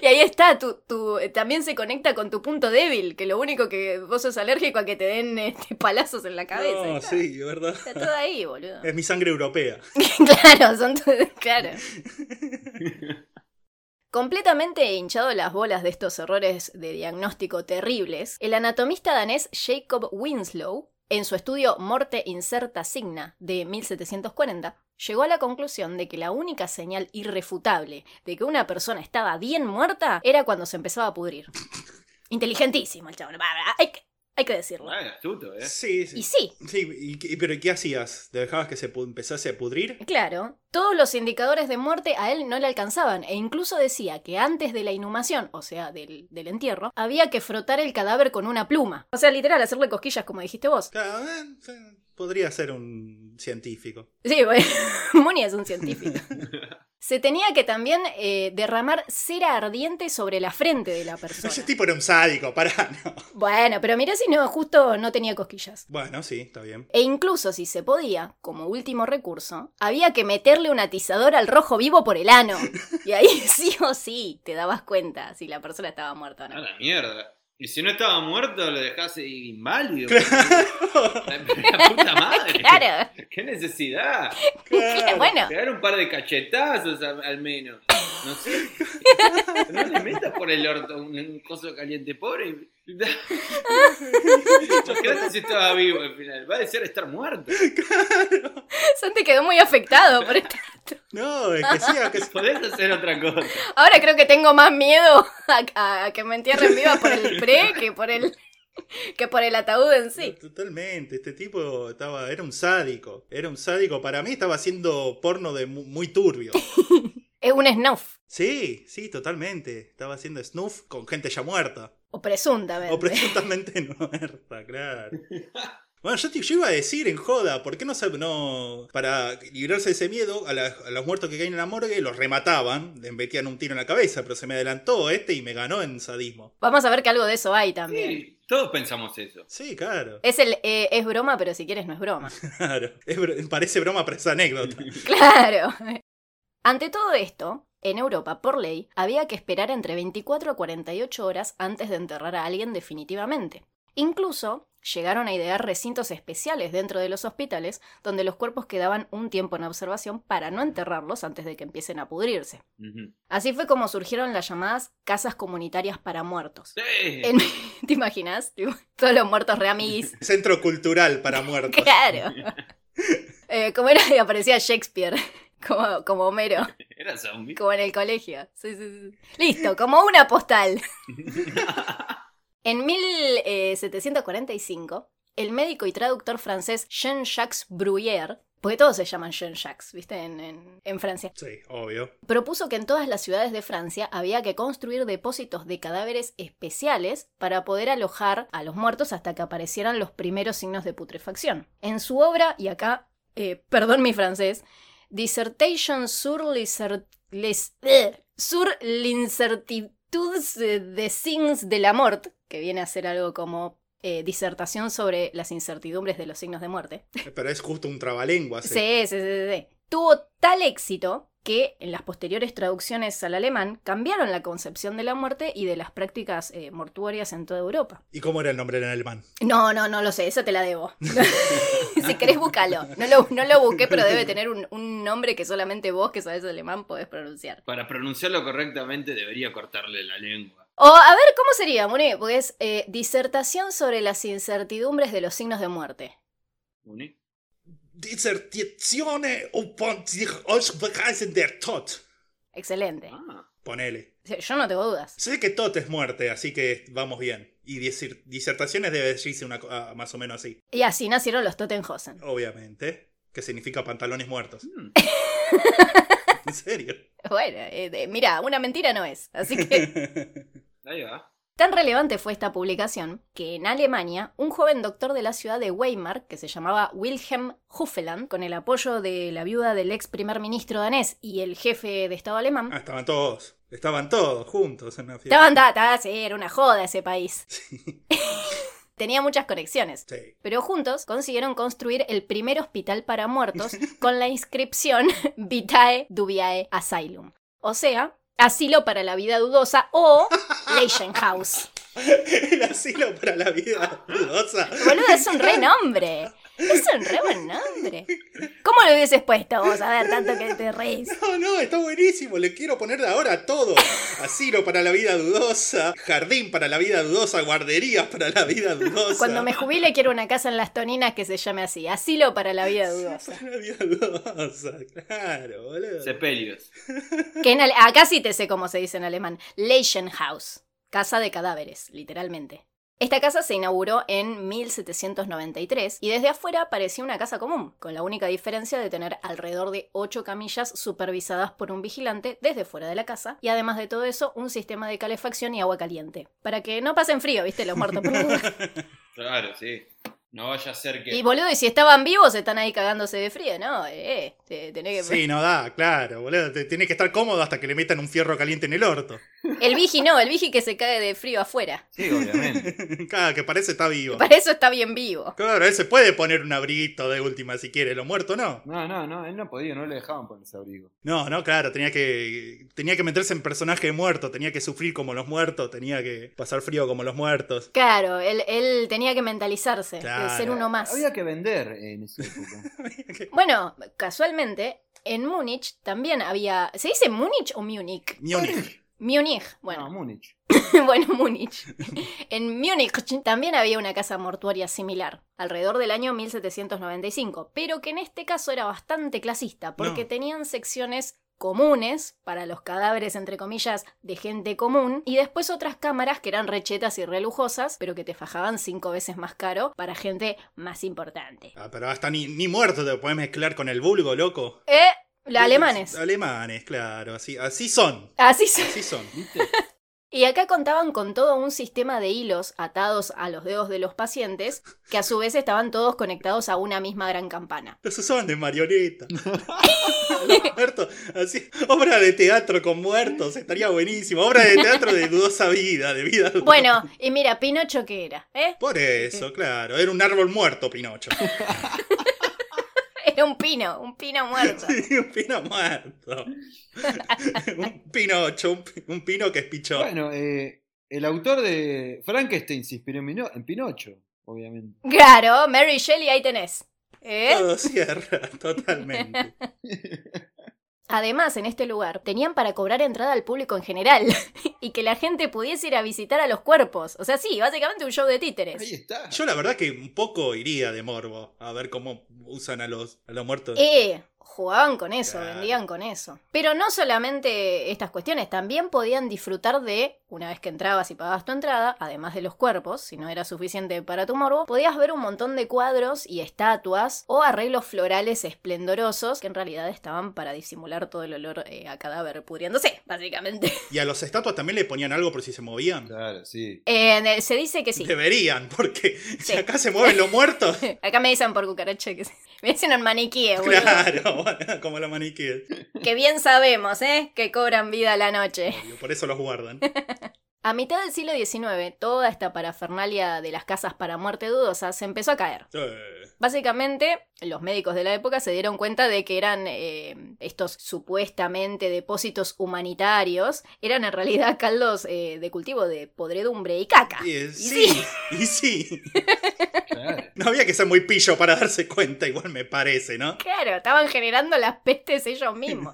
S2: Y ahí está, tu, tu, también se conecta con tu punto débil, que lo único que vos sos alérgico a que te den este, palazos en la cabeza.
S3: No,
S2: Está-
S3: sí, de verdad.
S2: Está todo ahí, boludo.
S3: Es mi sangre europea.
S2: claro, son tu- claro. Completamente hinchado las bolas de estos errores de diagnóstico terribles, el anatomista danés Jacob Winslow, en su estudio Morte Incerta Signa de 1740, llegó a la conclusión de que la única señal irrefutable de que una persona estaba bien muerta era cuando se empezaba a pudrir. Inteligentísimo el chabón, hay que, hay que decirlo.
S4: Bueno, astuto, ¿eh?
S3: Sí, sí.
S2: Y sí,
S3: Sí, y- y- pero ¿qué hacías? ¿Te dejabas que se pu- empezase a pudrir?
S2: Claro, todos los indicadores de muerte a él no le alcanzaban e incluso decía que antes de la inhumación, o sea, del, del entierro, había que frotar el cadáver con una pluma. O sea, literal, hacerle cosquillas como dijiste vos.
S3: Claro, eh, eh, podría ser un científico.
S2: Sí, bueno, Muni es un científico. Se tenía que también eh, derramar cera ardiente sobre la frente de la persona.
S3: Ese tipo era un sádico, pará. no.
S2: Bueno, pero mirá si no, justo no tenía cosquillas.
S3: Bueno, sí, está bien.
S2: E incluso si se podía, como último recurso, había que meterle un atizador al rojo vivo por el ano. Y ahí sí o sí te dabas cuenta si la persona estaba muerta o
S4: A
S2: no.
S4: la mierda. Y si no estaba muerto, lo dejás inválido. La, puta madre.
S2: Claro,
S4: ¿Qué necesidad?
S3: Claro.
S2: bueno,
S4: Pegar un par de cachetazos al, al menos. No sé. No le metas por el orto un, un coso caliente, pobre. No sé si estaba vivo al final. Va a decir estar muerto.
S2: Santi quedó muy afectado por esto.
S3: No, es que sí, es que sí.
S4: Podés hacer otra cosa.
S2: Ahora creo que tengo más miedo a, a- a que me entierren viva por el pre que por el que por el ataúd en sí.
S3: Totalmente, este tipo estaba, era un sádico, era un sádico. Para mí estaba haciendo porno de mu- muy turbio.
S2: Es un snuff
S3: Sí, sí, totalmente. Estaba haciendo snuff con gente ya muerta.
S2: o presuntamente.
S3: O presuntamente no muerta, claro. Bueno, yo, te- yo iba a decir en joda, ¿por qué no se, no Para librarse de ese miedo, a, la- a los muertos que caen en la morgue los remataban, les metían un tiro en la cabeza, pero se me adelantó este y me ganó en sadismo.
S2: Vamos a ver que algo de eso hay también.
S4: Sí, todos pensamos eso.
S3: Sí, claro.
S2: Es el eh, es broma, pero si quieres no es broma.
S3: Claro. Es br- parece broma, pero es anécdota.
S2: Claro. Ante todo esto, en Europa, por ley, había que esperar entre 24 a 48 horas antes de enterrar a alguien definitivamente. Incluso llegaron a idear recintos especiales dentro de los hospitales donde los cuerpos quedaban un tiempo en observación para no enterrarlos antes de que empiecen a pudrirse.
S4: Ujú.
S2: Así fue como surgieron las llamadas casas comunitarias para muertos.
S4: Sí.
S2: En- ¿Te imaginas? Tipo, Todos los muertos re amiguis.
S3: Centro cultural para muertos.
S2: Claro. Eh, como era, aparecía Shakespeare, como, como Homero.
S4: Era zombie.
S2: Como en el colegio. Sí, sí, sí. Listo, como una postal. en eh, 1745, el médico y traductor francés Jean-Jacques Bruyère Porque todos se llaman Jean Jacques, ¿viste? En, en- en Francia.
S3: Sí, obvio.
S2: Propuso que en todas las ciudades de Francia había que construir depósitos de cadáveres especiales para poder alojar a los muertos hasta que aparecieran los primeros signos de putrefacción. En su obra, y acá, eh, perdón mi francés, Dissertation sur l'incer- les- eh, sur l'incertitudes de signes de la mort, que viene a ser algo como eh, disertación sobre las incertidumbres de los signos de muerte.
S3: Eh, Pero es justo un trabalenguas. eh.
S2: Sí, sí, sí, sí, sí. Tuvo tal éxito que en las posteriores traducciones al alemán cambiaron la concepción de la muerte y de las prácticas eh, mortuorias en toda Europa.
S3: ¿Y cómo era el nombre en alemán?
S2: No, no, no lo sé, eso te la debo. si querés, búscalo. No lo, no lo busqué, pero debe tener un, un nombre que solamente vos, que sabés alemán, podés pronunciar.
S4: Para pronunciarlo correctamente debería cortarle la lengua.
S2: O, a ver, ¿cómo sería, Moni? Porque es eh, disertación sobre las incertidumbres de los signos de muerte.
S4: ¿Muni?
S3: Dissertazione upon sich ausbeweisen der Tod.
S2: Excelente.
S4: Ah,
S3: Ponele.
S2: Yo no tengo dudas.
S3: Sé que Tot es muerte, así que vamos bien. Y disir- disertaciones debe decirse una, co- ah, más o menos así,
S2: Y así nacieron los Tottenhosen.
S3: obviamente. Que significa pantalones muertos.
S4: mm.
S3: ¿En serio?
S2: Bueno, eh, de- mira, una mentira no es. Así que
S4: Ahí va.
S2: Tan relevante fue esta publicación que en Alemania un joven doctor de la ciudad de Weimar, que se llamaba Wilhelm Hufeland, con el apoyo de la viuda del ex primer ministro danés y el jefe de Estado alemán,
S3: ah, estaban todos. Estaban todos juntos en una fiesta.
S2: estaban ta- ta- sí, era una joda ese país. Tenía muchas conexiones.
S3: Sí.
S2: Pero juntos consiguieron construir el primer hospital para muertos con la inscripción Vitae Dubiae Asylum. O sea, asilo para la vida dudosa o Leichenhaus.
S3: El asilo para la vida dudosa.
S2: Boludo, es un re nombre. Es un re buen nombre. ¿Cómo lo hubieses puesto vos? A ver, tanto que te reís.
S3: No, no, está buenísimo. Le quiero poner de ahora todo. Asilo para la vida dudosa, jardín para la vida dudosa, guarderías para la vida dudosa.
S2: Cuando me jubile quiero una casa en las toninas que se llame así. Asilo para la vida dudosa.
S3: Para la vida dudosa, claro, boludo.
S4: Sepelios.
S2: Que en ale- acá sí te sé cómo se dice en alemán. Leichenhaus. Casa de cadáveres, literalmente. Esta casa se inauguró en 1793 y desde afuera parecía una casa común, con la única diferencia de tener alrededor de 8 camillas supervisadas por un vigilante desde fuera de la casa y además de todo eso un sistema de calefacción y agua caliente, para que no pasen frío, viste, los muertos. por favor.
S4: Claro, sí. No vaya a ser que.
S2: y boludo, y si estaban vivos están ahí cagándose de frío, ¿no? Eh, eh, tenés que...
S3: Sí, no da, claro, boludo. Te- Tenés que estar cómodo hasta que le metan un fierro caliente en el orto.
S2: El vigi no, el vigi que se cae de frío afuera.
S4: Sí, obviamente.
S3: Claro, que parece está vivo.
S2: Para eso está bien vivo.
S3: Claro, él se puede poner un abriguito de última si quiere, lo muerto no.
S4: No, no, no, él no podía, no le dejaban ponerse abrigo.
S3: No, no, claro, tenía que tenía que meterse en personaje de muerto, tenía que sufrir como los muertos, tenía que pasar frío como los muertos.
S2: Claro, él, él tenía que mentalizarse, de
S3: Claro.
S2: ser uno más.
S4: Había que vender en esa época.
S2: Bueno, casualmente, en Múnich también había. ¿Se dice Múnich o Múnich?
S3: Múnich.
S2: Múnich,
S4: No,
S2: bueno,
S4: Múnich.
S2: bueno, Múnich. en Múnich también había una casa mortuaria similar, alrededor del año 1795, pero que en este caso era bastante clasista, porque
S3: No.
S2: tenían secciones comunes para los cadáveres entre comillas de gente común y después otras cámaras que eran rechetas y relujosas pero que te fajaban cinco veces más caro para gente más importante.
S3: Ah, pero hasta ni, ni muerto te podés mezclar con el vulgo, loco.
S2: Eh, los alemanes.
S3: Alemanes, claro, así, así son.
S2: Así se
S3: Así son.
S4: ¿Viste?
S2: Y acá contaban con todo un sistema de hilos atados a los dedos de los pacientes, que a su vez estaban todos conectados a una misma gran campana.
S3: Los usaban de marioneta. Los muertos, así, obra de teatro con muertos, estaría buenísimo. Obra de teatro de dudosa vida, de vida dudosa.
S2: Bueno, y mira, Pinocho que era, ¿eh?
S3: Por eso, claro, era un árbol muerto, Pinocho.
S2: Era un pino, un pino muerto.
S3: Sí, un pino muerto. un pinocho, un, pi- un pino que es pichón.
S4: Bueno, eh, el autor de Frankenstein se inspiró en, Mino- en Pinocho, obviamente.
S2: Claro, Mary Shelley, ahí tenés. ¿Eh?
S3: Todo cierra, totalmente.
S2: Además, en este lugar tenían para cobrar entrada al público en general y que la gente pudiese ir a visitar a los cuerpos. O sea, sí, básicamente un show de títeres.
S4: Ahí está.
S3: Yo la verdad que un poco iría de morbo a ver cómo usan a los, a los muertos.
S2: Eh, jugaban con eso,
S3: Claro.
S2: vendían con eso. Pero no solamente estas cuestiones, también podían disfrutar de, una vez que entrabas y pagabas tu entrada, además de los cuerpos, si no era suficiente para tu morbo, podías ver un montón de cuadros y estatuas o arreglos florales esplendorosos que en realidad estaban para disimular todo el olor eh, a cadáver pudriéndose, básicamente.
S3: Y a los estatuas también le ponían algo por si se movían.
S4: Claro, sí.
S2: Eh, se dice que sí.
S3: Deberían, porque
S2: Sí.
S3: si acá se mueven los muertos.
S2: Acá me dicen por cucaracha que sí. Me dicen en maniquíes, boludo.
S3: Claro, bueno, como los maniquíes.
S2: Que bien sabemos, ¿eh? Que cobran vida a la noche.
S3: Obvio, por eso los guardan.
S2: A mitad del siglo XIX, toda esta parafernalia de las casas para muerte dudosa se empezó a caer.
S3: Eh,
S2: Básicamente, los médicos de la época se dieron cuenta de que eran eh, estos supuestamente depósitos humanitarios, eran en realidad caldos eh, de cultivo de podredumbre y caca.
S3: y, eh,
S2: Y
S3: sí,
S2: sí.
S3: y sí.
S4: Claro.
S3: No había que ser muy pillo para darse cuenta, igual me parece, ¿no?
S2: Claro, estaban generando las pestes ellos mismos.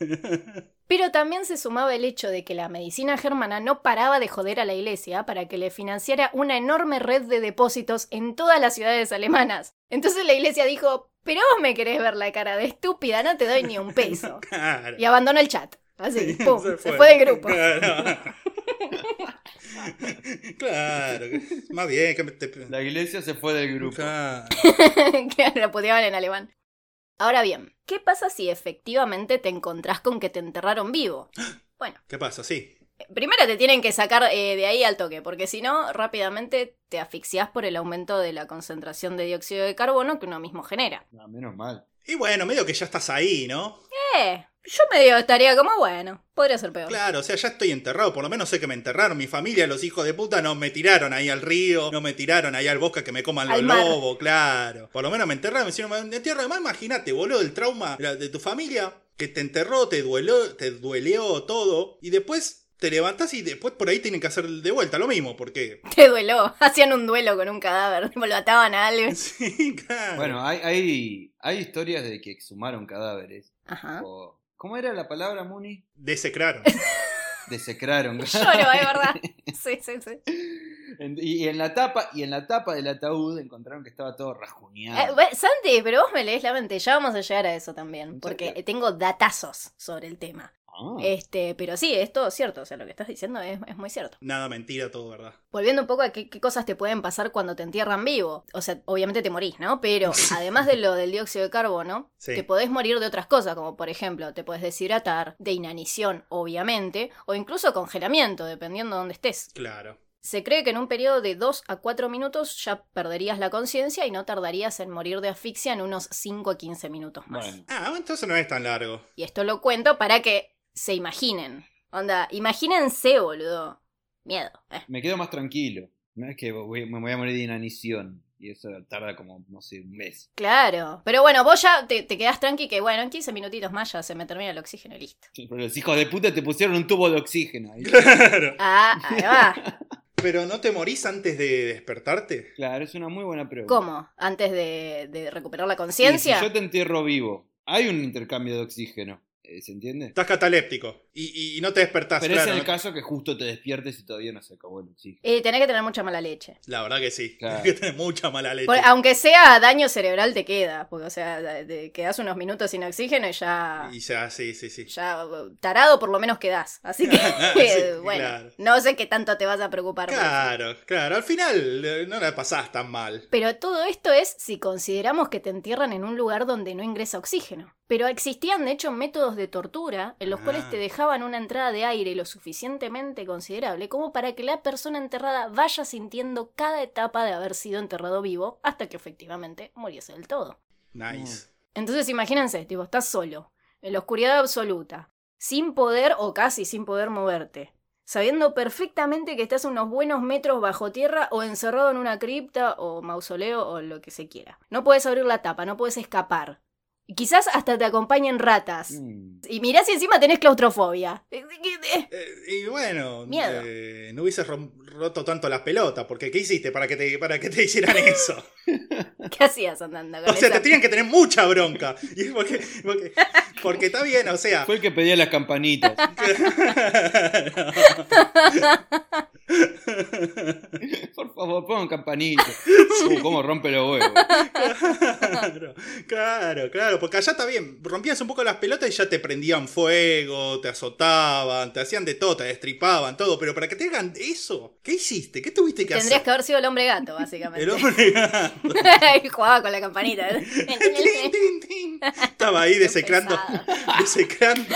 S2: Pero también se sumaba el hecho de que la medicina germana no paraba de joder a la iglesia para que le financiara una enorme red de depósitos en todas las ciudades alemanas. Entonces la iglesia dijo, pero vos me querés ver la cara de estúpida, no te doy ni un peso.
S3: Claro.
S2: Y abandonó el chat. Así, pum, se fue, del grupo.
S3: Claro. Claro, más bien que me te...
S4: La iglesia se fue del grupo.
S3: Claro.
S2: que lo puteaban en alemán. Ahora bien, ¿qué pasa si efectivamente te encontrás con que te enterraron vivo?
S3: ¿Qué pasa? Sí.
S2: Primero te tienen que sacar eh, de ahí al toque, porque si no, rápidamente te asfixiás por el aumento de la concentración de dióxido de carbono que uno mismo genera.
S4: No, menos mal.
S3: Y bueno, medio que ya estás ahí, ¿no?
S2: Eh, yo medio estaría como, bueno, podría ser peor.
S3: Claro, o sea, ya estoy enterrado, por lo menos sé que me enterraron. Mi familia, los hijos de puta, no me tiraron ahí al río, no me tiraron ahí al bosque que me coman los
S2: Al mar.
S3: lobos, claro. Por lo menos me enterraron, me hicieron me entierro. Además, imagínate, boludo, el trauma de la- de tu familia que te enterró, te dueló, te dueleó todo, y después te levantás y después por ahí tienen que hacer de vuelta lo mismo, porque.
S2: Te dueló, hacían un duelo con un cadáver, tipo, lo ataban a algo.
S3: Ah, Sí, claro.
S4: Bueno, hay, hay, hay historias de que exhumaron cadáveres.
S2: Ajá.
S4: O- ¿Cómo era la palabra, Muni?
S3: Desecraron.
S4: Desecraron.
S2: Lloro, es verdad. Sí, sí, sí.
S4: En- y, y en la tapa, y en la tapa del ataúd encontraron que estaba todo
S2: Eh,
S4: rajuñado.
S2: bueno, Santi, pero vos me lees la mente, ya vamos a llegar a eso también, porque tengo datazos sobre el tema.
S4: Ah,
S2: Este, pero sí, es todo cierto, o sea, lo que estás diciendo es- es muy cierto.
S3: Nada mentira, todo verdad.
S2: Volviendo un poco a qué, qué cosas te pueden pasar cuando te entierran vivo. O sea, obviamente te morís, ¿no? Pero además de lo del dióxido de carbono,
S3: Sí.
S2: te podés morir de otras cosas, como por ejemplo, te podés deshidratar, de inanición, obviamente, o incluso congelamiento, dependiendo de dónde estés.
S3: Claro.
S2: Se cree que en un periodo de 2 a 4 minutos ya perderías la conciencia y no tardarías en morir de asfixia en unos 5 a 15 minutos más.
S4: bueno.
S3: Ah, entonces no es tan largo.
S2: Y esto lo cuento para que se imaginen. Onda, imagínense, boludo. Miedo. eh.
S4: Me quedo más tranquilo. No es que voy- me voy a morir de inanición. Y eso tarda como, no sé, un mes.
S2: Claro, pero bueno, vos ya te, te quedás tranqui que bueno, en 15 minutitos más ya se me termina el oxígeno y listo.
S4: Pero los hijos de puta te pusieron un tubo de oxígeno. ahí.
S3: Claro.
S2: Ah, ahí va.
S3: Pero no te morís antes de despertarte.
S4: Claro, es una muy buena prueba.
S2: ¿Cómo? ¿Antes de, de recuperar la
S4: Y
S2: conciencia?
S4: Si yo te entierro vivo, hay un intercambio de oxígeno. eh, ¿Se entiende?
S3: Estás cataléptico y, y- y no te despertás,
S4: Pero
S3: claro.
S4: es el
S3: no-
S4: caso que justo te despiertes y todavía no se acabó el oxígeno.
S2: Eh, tenés que tener mucha mala leche.
S3: La verdad que sí.
S4: Claro.
S3: Que tenés mucha mala leche.
S2: Por- aunque sea daño cerebral te queda, porque o sea, te quedás unos minutos sin oxígeno y ya,
S3: Y ya, sí, sí, sí.
S2: ya eh, tarado por lo menos quedás. Así que,
S3: Sí,
S2: bueno,
S3: claro.
S2: no sé qué tanto te vas a preocupar. por eso.
S3: Claro, claro. Al final eh, no la pasás tan mal.
S2: Pero todo esto es si consideramos que te entierran en un lugar donde no ingresa oxígeno. Pero existían de hecho métodos de tortura en los
S3: Ah.
S2: cuales te dejaban una entrada de aire lo suficientemente considerable como para que la persona enterrada vaya sintiendo cada etapa de haber sido enterrado vivo hasta que efectivamente muriese del todo.
S3: Nice.
S4: Mm.
S2: Entonces imagínense, tipo, estás solo, en la oscuridad absoluta, sin poder o casi sin poder moverte, sabiendo perfectamente que estás unos buenos metros bajo tierra o encerrado en una cripta o mausoleo o lo que se quiera. No puedes abrir la tapa, no puedes escapar. Y Quizás hasta te acompañen ratas.
S4: Mm.
S2: Y mirá si encima tenés claustrofobia.
S3: Eh, y bueno,
S2: Miedo.
S3: eh, no hubieses rom- roto tanto las pelotas, porque ¿qué hiciste para que te, para que te hicieran eso?
S2: ¿Qué hacías andando con
S3: O sea,
S2: esa-
S3: te tienen que tener mucha bronca. Y es porque, porque, porque está bien, o sea.
S4: Fue el que pedía las campanitas. Por favor, pongan campanita. Uh, cómo rompe los huevos.
S3: Claro, claro, claro, porque allá está bien, rompías un poco las pelotas y ya te prendían fuego, te azotaban, te hacían de todo, te destripaban, todo, pero para que te hagan eso, ¿qué hiciste? ¿Qué tuviste que
S2: Tendrías que
S3: hacer?
S2: haber sido el hombre gato, básicamente.
S3: El hombre gato.
S2: y jugaba con la campanita. ¿eh?
S3: Tin, tin, tin. Estaba ahí desecrando,
S2: pesado.
S3: desecrando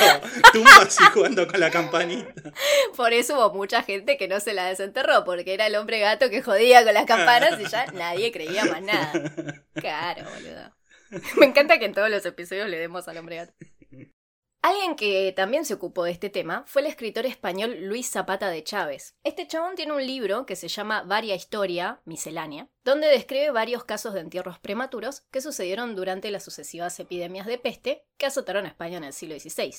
S3: tumbas y jugando con la campanita.
S2: Por eso hubo mucha gente que no se la desenterró, porque era el hombre gato que jodía con las campanas y ya nadie creía más nada. Claro, boludo. Me encanta que en todos los episodios le demos al hombre gato. Alguien que también se ocupó de este tema fue el escritor español Luis Zapata de Chávez. Este chabón tiene un libro que se llama Varia Historia, miscelánea, donde describe varios casos de entierros prematuros que sucedieron durante las sucesivas epidemias de peste que azotaron a España en el siglo XVI.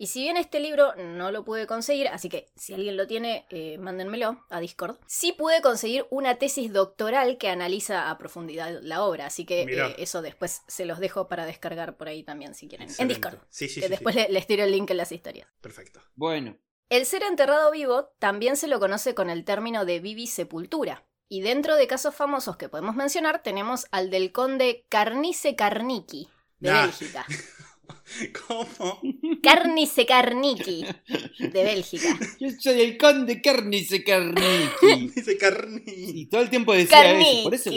S2: Y si bien este libro no lo pude conseguir, así que si alguien lo tiene, eh, mándenmelo a Discord. Sí pude conseguir una tesis doctoral que analiza a profundidad la obra, así que
S3: Mirá.
S2: eh, eso después se los dejo para descargar por ahí también si quieren. En
S3: Excelente.
S2: Discord
S3: Sí, sí,
S2: que
S3: sí,
S2: Eh, después
S3: sí.
S2: le- les tiro el link en las historias.
S3: Perfecto.
S4: Bueno,
S2: El ser enterrado vivo también se lo conoce con el término de vivisepultura. Y dentro de casos famosos que podemos mencionar, tenemos al del conde Carnice Carniqui, de
S3: Nah.
S2: Bélgica.
S3: ¿Cómo?
S2: Carnice Carniqui, de Bélgica.
S4: yo soy el conde Kernice Kernicki.
S3: Dice carni.
S4: Y todo el tiempo decía
S2: Carnicki.
S4: eso, por eso lo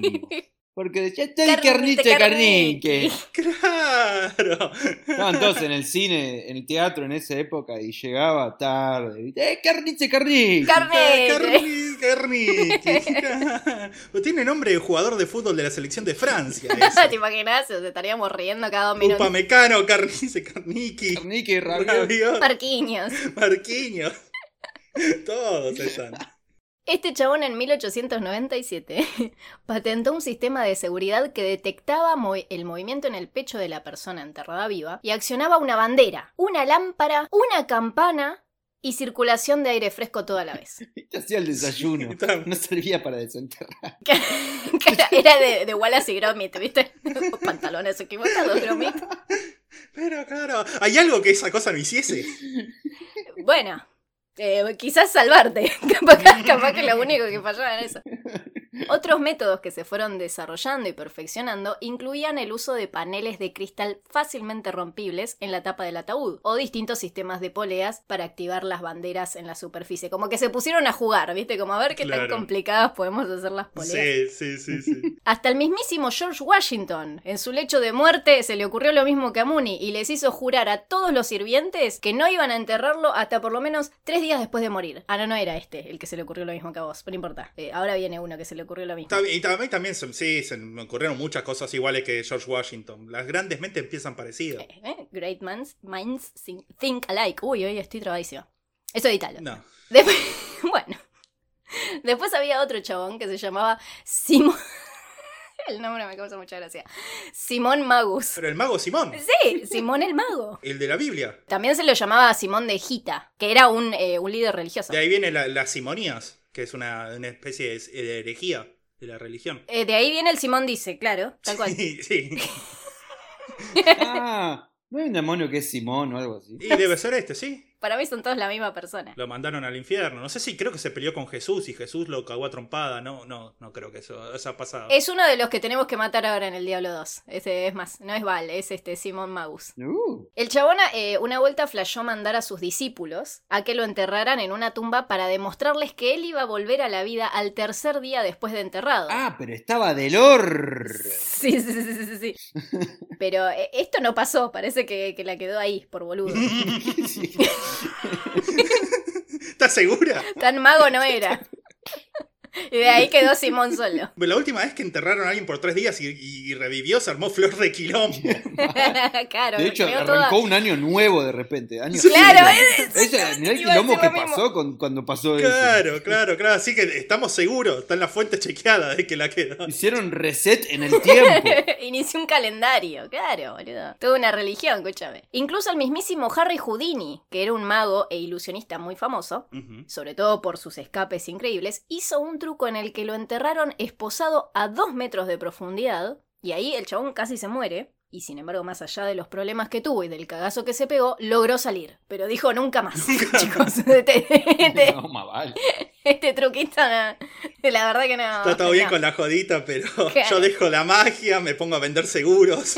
S4: vivo. Porque decía, yo soy
S2: Kernice
S4: Kernice
S2: Kernicki".
S4: Kernicki.
S3: Claro.
S4: Estaban todos en el cine, en el teatro en esa época y llegaba tarde. ¡Eh, Carnice, Carnice!
S2: Carnice.
S3: Carni, carni. Tiene nombre de jugador de fútbol de la selección de Francia. ese.
S2: ¿Te imaginas? Nos estaríamos riendo cada dos minutos.
S3: Upamecano, Carnice, Carniki,
S4: Carnique, Rabiot.
S3: Rabiot,
S2: Parquiños.
S3: Marquinhos. Todos están.
S2: Este chabón en 1897 patentó un sistema de seguridad que detectaba movi- el movimiento en el pecho de la persona enterrada viva y accionaba una bandera, una lámpara, una campana y circulación de aire fresco toda la vez.
S4: Te hacía el desayuno.
S3: Sí, está-
S4: No servía para desenterrar.
S2: Era de, de Wallace y Gromit, ¿viste? Los pantalones equivocados, Gromit.
S3: Pero claro, hay algo que esa cosa no hiciese.
S2: Bueno, eh, quizás salvarte. capaz, que- capaz que lo único que fallaba era eso. Otros métodos que se fueron desarrollando y perfeccionando incluían el uso de paneles de cristal fácilmente rompibles en la tapa del ataúd o distintos sistemas de poleas para activar las banderas en la superficie. Como que se pusieron a jugar, ¿viste? Como a ver qué
S3: Claro.
S2: tan complicadas podemos hacer las poleas.
S3: Sí, sí, sí, sí.
S2: Hasta el mismísimo George Washington, en su lecho de muerte, se le ocurrió lo mismo que a Mooney y les hizo jurar a todos los sirvientes que no iban a enterrarlo hasta por lo menos tres días después de morir. Ah, no, no era este el que se le ocurrió lo mismo que a vos, pero no importa. Eh, ahora viene uno que se le ocurrió lo mismo.
S3: Está bien, Y también, también se- sí, se me ocurrieron muchas cosas iguales que George Washington. Las grandes mentes empiezan parecidas.
S2: Eh, eh, Great minds, minds think- think alike. Uy, hoy estoy trabadísima. Eso edítalo.
S3: No.
S2: Después, bueno. Después había otro chabón que se llamaba Simón. El nombre me causa mucha gracia. Simón Magus.
S3: Pero el mago Simón,
S2: Sí, Simón el Mago.
S3: el de la Biblia.
S2: También se lo llamaba Simón de Gita, que era un, eh, un líder religioso.
S3: De ahí viene la- las simonías, que es una, una especie de, de herejía de la religión.
S2: Eh, de ahí viene el Simón dice, claro, tal cual.
S3: Sí, sí.
S4: Ah, ¿no hay un demonio que es Simón o algo así?
S3: Y debe ser este, sí.
S2: Para mí son todos la misma persona.
S3: Lo mandaron al infierno. No sé si creo que se peleó con Jesús y Jesús lo cagó a trompada. No, no, no creo que eso haya pasado.
S2: Es uno de los que tenemos que matar ahora en el Diablo 2. Ese es más, no es Val, es este Simón Magus.
S4: Uh,
S2: El chabón eh, una vuelta flashó mandar a sus discípulos a que lo enterraran en una tumba para demostrarles que él iba a volver a la vida al tercer día después de enterrado.
S4: ah, pero estaba del or.
S2: Sí, sí, sí, sí, sí, sí. Pero eh, esto no pasó, parece que, que la quedó ahí, por boludo.
S4: Sí.
S3: ¿Estás segura?
S2: Tan mago no era. Y de ahí quedó Simón solo.
S3: La última vez que enterraron a alguien por tres días y, y revivió, se armó flor de quilombo.
S2: claro,
S4: De hecho,
S2: quedó
S4: arrancó
S2: toda-
S4: un año nuevo de repente. Año
S3: Sí.
S2: Claro,
S4: cero.
S2: es-
S4: Ella- mirá el
S2: iba a decir
S4: quilombo que
S2: lo mismo.
S4: pasó con- cuando pasó eso.
S3: Claro, claro, claro. Así que estamos seguros. Está en la fuente chequeada de que la quedó.
S4: Hicieron reset en el tiempo.
S2: Inició un calendario, claro, boludo. Toda una religión, escúchame. Incluso el mismísimo Harry Houdini, que era un mago e ilusionista muy famoso,
S3: Ujú.
S2: sobre todo por sus escapes increíbles, hizo un truco en el que lo enterraron esposado a dos metros de profundidad, y ahí el chabón casi se muere, y sin embargo, más allá de los problemas que tuvo y del cagazo que se pegó, logró salir. Pero dijo nunca más. Chicos, este, este-
S1: No, más vale.
S2: este truquito, no. la verdad que no.
S3: Está todo bien
S2: no.
S3: con la jodita, pero
S2: Ah, Claro.
S3: yo dejo la magia, me pongo a vender seguros.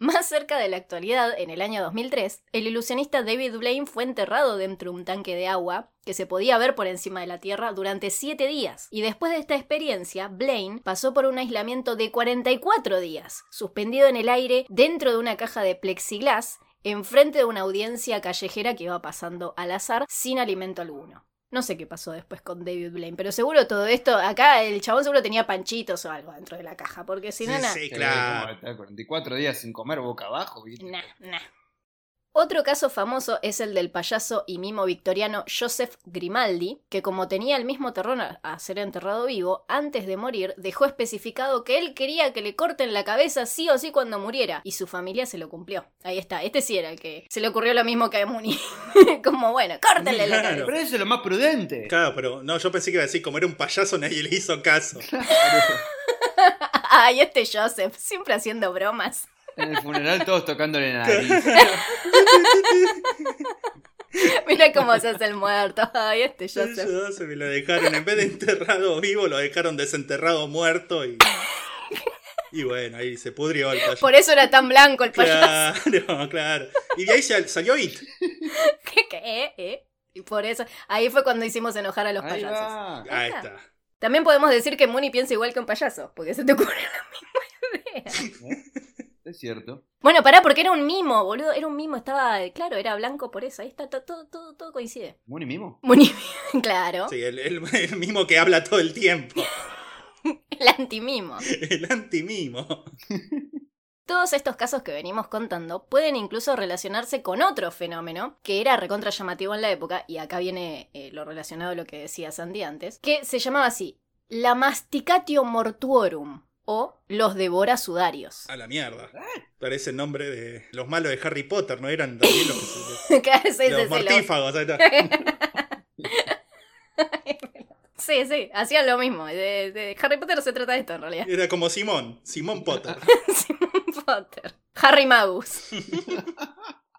S2: Más cerca de la actualidad, en el año 2003, el ilusionista David Blaine fue enterrado dentro de un tanque de agua que se podía ver por encima de la Tierra durante 7 días. Y después de esta experiencia, Blaine pasó por un aislamiento de 44 días, suspendido en el aire dentro de una caja de plexiglas, enfrente de una audiencia callejera que iba pasando al azar sin alimento alguno. No sé qué pasó después con David Blaine, pero seguro todo esto, acá el chabón seguro tenía panchitos o algo dentro de la caja, porque si
S3: Sí,
S2: no, na-
S3: sí,
S1: Sí,
S3: claro.
S1: como estar 44 días sin comer boca abajo, ¿viste?
S2: Nah, nah. Otro caso famoso es el del payaso y mimo victoriano Joseph Grimaldi, que como tenía el mismo terror a- a ser enterrado vivo, antes de morir dejó especificado que él quería que le corten la cabeza sí o sí cuando muriera, y su familia se lo cumplió. Ahí está, este sí era el que se le ocurrió lo mismo que a Muni. como bueno, córtenle la
S3: Claro.
S2: cabeza.
S1: Pero eso es lo más prudente.
S3: Claro, pero no, yo pensé que iba a decir, como era un payaso, nadie le hizo caso.
S2: Ay, este Joseph, siempre haciendo bromas.
S1: En el funeral todos tocándole la nariz.
S2: Mira cómo se hace el muerto. Ay, este Joseph.
S3: Eso, se me lo dejaron, en vez de enterrado vivo, lo dejaron desenterrado muerto y. Y bueno, ahí se pudrió el payaso.
S2: Por eso era tan blanco el payaso.
S3: Claro, claro. Y de ahí sal- salió It.
S2: ¿Qué? ¿Qué? ¿Eh? Y por eso, ahí fue cuando hicimos enojar a los
S1: Ahí
S2: payasos.
S1: va.
S3: Ahí está.
S2: También podemos decir que Muni piensa igual que un payaso, porque se te ocurre la misma idea.
S1: Es cierto.
S2: Bueno, pará, porque era un mimo, boludo, era un mimo, estaba, claro, era blanco por eso, ahí está, to- todo, todo, todo coincide.
S1: Muni mimo.
S2: Muni, claro,
S3: Sí, el, el- el mismo que habla todo el tiempo.
S2: el antimimo.
S3: El antimimo.
S2: Todos estos casos que venimos contando pueden incluso relacionarse con otro fenómeno que era recontra llamativo en la época, y acá viene eh, lo relacionado a lo que decía Sandy antes, que se llamaba así, la masticatio mortuorum, o los devora sudarios.
S3: A la mierda. Parece el nombre de los malos de Harry Potter, ¿no? Eran también los, los
S2: Claro, sí, sí, sí, lo-
S3: mortífagos. ahí está.
S2: Sí, sí, hacían lo mismo. De, de Harry Potter se trata de esto en realidad.
S3: Era como Simón, Simón Potter.
S2: Simon Potter. Harry Magus.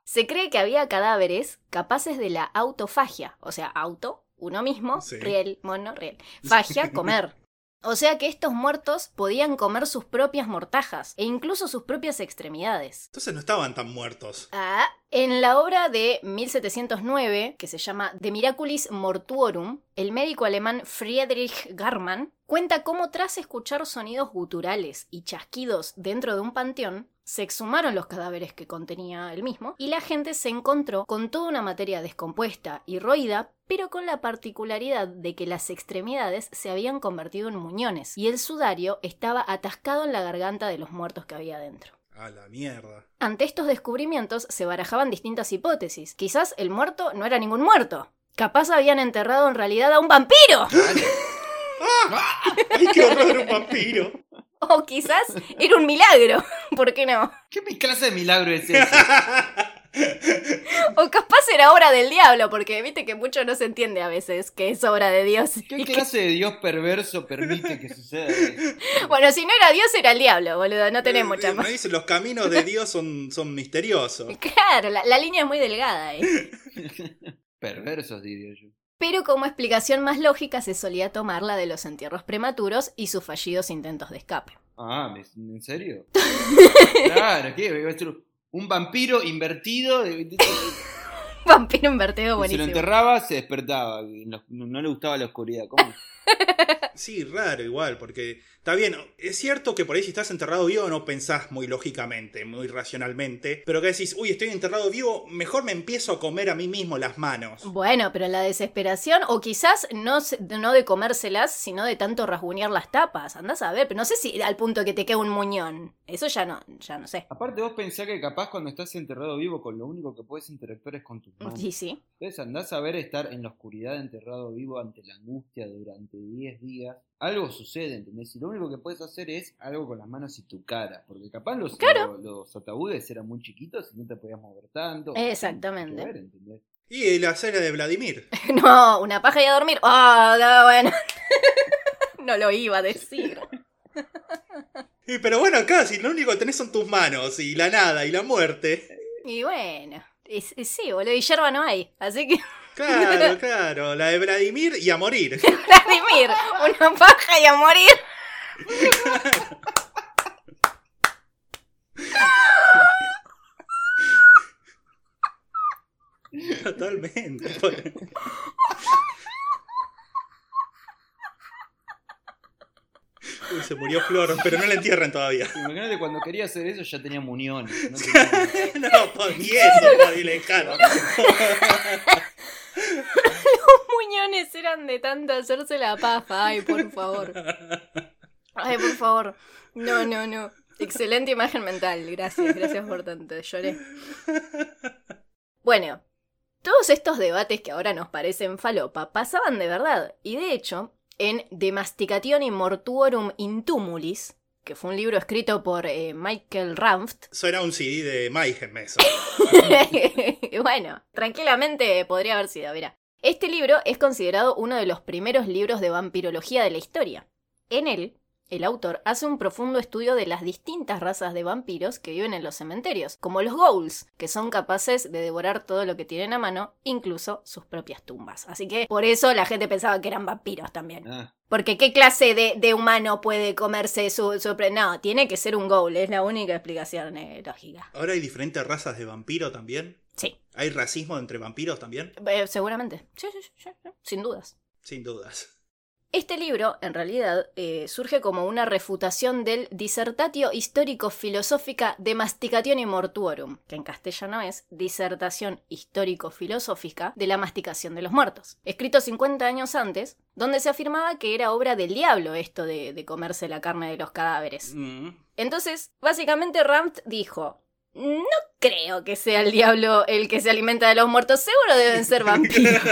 S2: se cree que había cadáveres capaces de la autofagia, o sea, auto, uno mismo,
S3: Sí.
S2: riel, mono, riel. Fagia, comer. O sea que estos muertos podían comer sus propias mortajas e incluso sus propias extremidades.
S3: Entonces no estaban tan muertos.
S2: Ah, en la obra de 1709, que se llama De Miraculis Mortuorum, el médico alemán Friedrich Garmann cuenta cómo tras escuchar sonidos guturales y chasquidos dentro de un panteón, se exhumaron los cadáveres que contenía el mismo y la gente se encontró con toda una materia descompuesta y roída, pero con la particularidad de que las extremidades se habían convertido en muñones y el sudario estaba atascado en la garganta de los muertos que había dentro.
S3: A la mierda.
S2: Ante estos descubrimientos se barajaban distintas hipótesis. Quizás el muerto no era ningún muerto. Capaz habían enterrado en realidad a un vampiro.
S3: ¡Ay, qué horror, un vampiro!
S2: O quizás era un milagro. ¿Por qué no?
S1: ¿Qué mi- clase de milagro es ese?
S2: O capaz era obra del diablo, porque viste que mucho no se entiende a veces que es obra de Dios.
S1: ¿Qué
S2: Y que-
S1: clase de Dios perverso permite que suceda eso?
S2: Bueno, si no era Dios, era el diablo, boludo. No tenés
S3: Eh,
S2: mucha
S3: eh,
S2: más.
S3: me dice, los caminos de Dios son, son misteriosos.
S2: Claro, la, la línea es muy delgada ahí.
S1: Perversos, diría yo.
S2: Pero como explicación más lógica se solía tomar la de los entierros prematuros y sus fallidos intentos de escape.
S1: Ah, ¿me- ¿en serio? Claro, ¿qué? Iba a ser un vampiro invertido. de- de- de-
S2: Vampiro invertido
S1: se lo
S2: buenísimo.
S1: enterraba, se despertaba. y No, no le gustaba la oscuridad. ¿Cómo?
S3: Sí, raro igual, porque está bien, es cierto que por ahí si estás enterrado vivo no pensás muy lógicamente, muy racionalmente, pero que decís, uy, estoy enterrado vivo, mejor me empiezo a comer a mí mismo las manos.
S2: Bueno, pero la desesperación, o quizás no, se- no de comérselas, sino de tanto rasguñar las tapas. Andás a ver, pero no sé si al punto que te queda un muñón. Eso ya no, ya no sé.
S1: Aparte, vos pensás que capaz cuando estás enterrado vivo, con lo único que puedes interactuar es con tus manos.
S2: Sí, sí.
S1: Entonces andás a ver estar en la oscuridad enterrado vivo ante la angustia durante 10 días. Algo sucede, ¿entendés? Y lo único que puedes hacer es algo con las manos y tu cara. Porque capaz los,
S2: Claro.
S1: los, los ataúdes eran muy chiquitos y no te podías mover tanto.
S2: Exactamente.
S1: Que ver, ¿entendés?
S3: Y la cena de Vladimir.
S2: No, una paja y a dormir. Ah, no, bueno. No lo iba a decir.
S3: Y, pero bueno, acá, si lo único que tenés son tus manos y la nada y la muerte.
S2: Y bueno, y- y sí, boludo, y yerba no hay. Así que,
S3: Claro, claro, la de Vladimir y a morir.
S2: Vladimir, una paja y a morir.
S3: Totalmente. Uy, se murió Flor, pero no la entierran todavía.
S1: Imagínate cuando quería hacer eso ya tenía muñones. no tenía-
S3: No, por eso, por lejano.
S2: Muñones eran de tanto hacerse la paja. Ay, por favor. Ay, por favor. No, no, no. Excelente imagen mental. Gracias, gracias por tanto. Lloré. Bueno, todos estos debates que ahora nos parecen falopa pasaban de verdad. Y de hecho, en De Masticatione Mortuorum Intumulis, que fue un libro escrito por eh, Michael Ranft,
S3: Eso era un CD de Mayhem, eso.
S2: bueno, tranquilamente podría haber sido, mira. Este libro es considerado uno de los primeros libros de vampirología de la historia. En él, el autor hace un profundo estudio de las distintas razas de vampiros que viven en los cementerios, como los ghouls, que son capaces de devorar todo lo que tienen a mano, incluso sus propias tumbas. Así que por eso la gente pensaba que eran vampiros también.
S1: Ah,
S2: Porque qué clase de, de humano puede comerse su, su... pre- No, tiene que ser un ghoul, es la única explicación eh, lógica.
S3: Ahora hay diferentes razas de vampiro también.
S2: Sí.
S3: ¿Hay racismo entre vampiros también?
S2: Eh, seguramente. Sí, sí, sí, sí, sí, sin dudas.
S3: Sin dudas.
S2: Este libro, en realidad, eh, surge como una refutación del Dissertatio Histórico-Filosófica de Masticatione Mortuorum, que en castellano es Disertación Histórico-Filosófica de la Masticación de los Muertos, escrito 50 años antes, donde se afirmaba que era obra del diablo esto de, de comerse la carne de los cadáveres.
S3: Mm.
S2: Entonces, básicamente Ramt dijo, no creo que sea el diablo el que se alimenta de los muertos, seguro deben ser vampiros.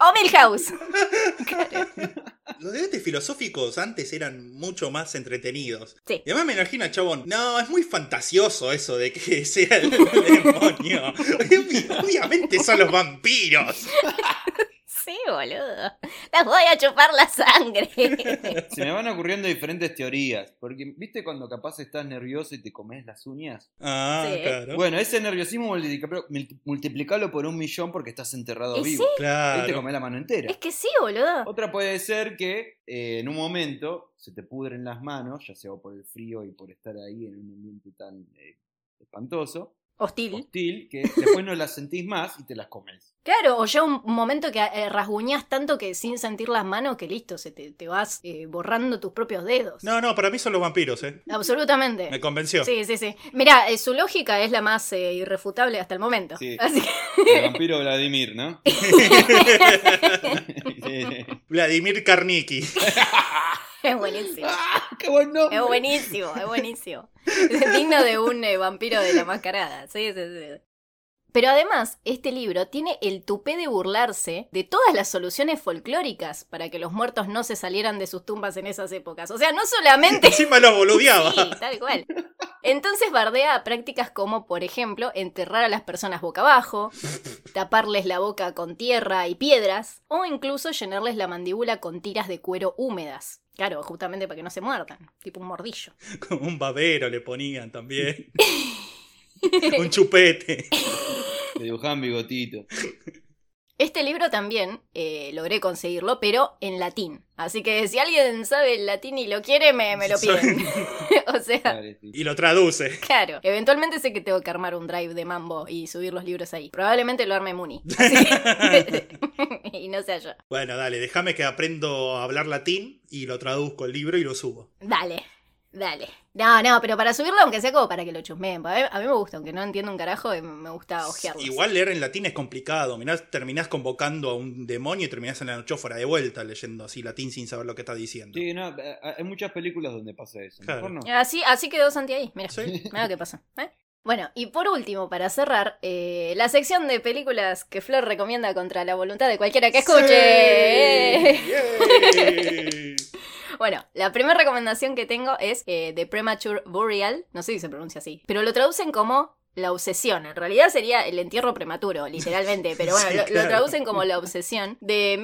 S2: o Milhouse.
S3: Los debates filosóficos antes eran mucho más entretenidos.
S2: Sí.
S3: Y además me imagino al chabón, no, es muy fantasioso eso de que sea el demonio. Obvi- Obviamente son los vampiros.
S2: Sí, boludo. Las voy a chupar la sangre.
S1: Se me van ocurriendo diferentes teorías. Porque, ¿viste cuando capaz estás nervioso y te comes las uñas?
S3: Ah,
S2: Sí.
S3: claro.
S1: Bueno, ese nerviosismo multiplicalo, multiplicalo por un millón porque estás enterrado
S2: Y
S1: vivo. Ahí
S4: este
S1: te
S3: claro.
S1: comés la mano entera.
S2: es que sí, boludo.
S1: Otra puede ser que eh, en un momento se te pudren las manos, ya sea por el frío y por estar ahí en un ambiente tan eh, espantoso,
S2: Hostil.
S1: hostil, que después no las sentís más y te las comes.
S2: Claro, o ya un momento que eh, rasguñás tanto que sin sentir las manos que listo, se te, te vas eh, borrando tus propios dedos.
S3: No, no, para mí son los vampiros, eh.
S2: Absolutamente.
S3: Me convenció.
S2: Sí, sí, sí. Mira, su lógica es la más eh, irrefutable hasta el momento.
S1: Sí.
S2: Así
S1: El vampiro Vladimir, ¿no?
S3: Vladimir Karniki.
S2: que es buenísimo.
S1: ¡Ah, ¡Qué buen nombre!
S2: Es buenísimo, es buenísimo. Es digno de un eh, vampiro de la mascarada. Sí, sí, sí. Pero además, este libro tiene el tupé de burlarse de todas las soluciones folclóricas para que los muertos no se salieran de sus tumbas en esas épocas. O sea, no solamente
S3: Encima los boludeaba.
S2: Sí, tal cual. Entonces bardea a prácticas como, por ejemplo, enterrar a las personas boca abajo, taparles la boca con tierra y piedras, o incluso llenarles la mandíbula con tiras de cuero húmedas. Claro, justamente para que no se muerdan, tipo un mordillo.
S3: Como un babero le ponían también. un chupete.
S1: Te dibujaban bigotito.
S2: Este libro también eh, logré conseguirlo, pero en latín. Así que si alguien sabe el latín y lo quiere, me, me lo piden. o sea,
S1: Claro, sí.
S3: Y lo traduce.
S2: Claro, eventualmente sé que tengo que armar un drive de mambo y subir los libros ahí. Probablemente lo arme Muni. así que- y no sea yo.
S3: Bueno, dale, déjame que aprendo a hablar latín y lo traduzco el libro y lo subo.
S2: Dale, dale. No, no, pero para subirlo, aunque sea como para que lo chusmeen. A mí, a mí me gusta, aunque no entiendo un carajo, eh, me gusta ojearlos.
S3: Igual leer en latín es complicado. Mirá, terminás convocando a un demonio y terminás en la nochófora de vuelta leyendo así latín sin saber lo que está diciendo.
S1: Sí, no, eh, hay muchas películas donde pasa eso.
S3: Claro.
S1: Mejor no.
S2: Así, Ah, así quedó Santi ahí, mira.
S3: Sí.
S2: Mira lo que pasó. ¿eh? Bueno, y por último, para cerrar, eh, la sección de películas que Flor recomienda contra la voluntad de cualquiera que escuche.
S3: ¡Yay!
S2: Bueno, la primera recomendación que tengo es eh, The Premature Burial. No sé si se pronuncia así, pero lo traducen como la obsesión, en realidad sería el entierro prematuro, literalmente, pero bueno,
S3: Sí,
S2: lo, lo
S3: claro.
S2: traducen como La Obsesión, de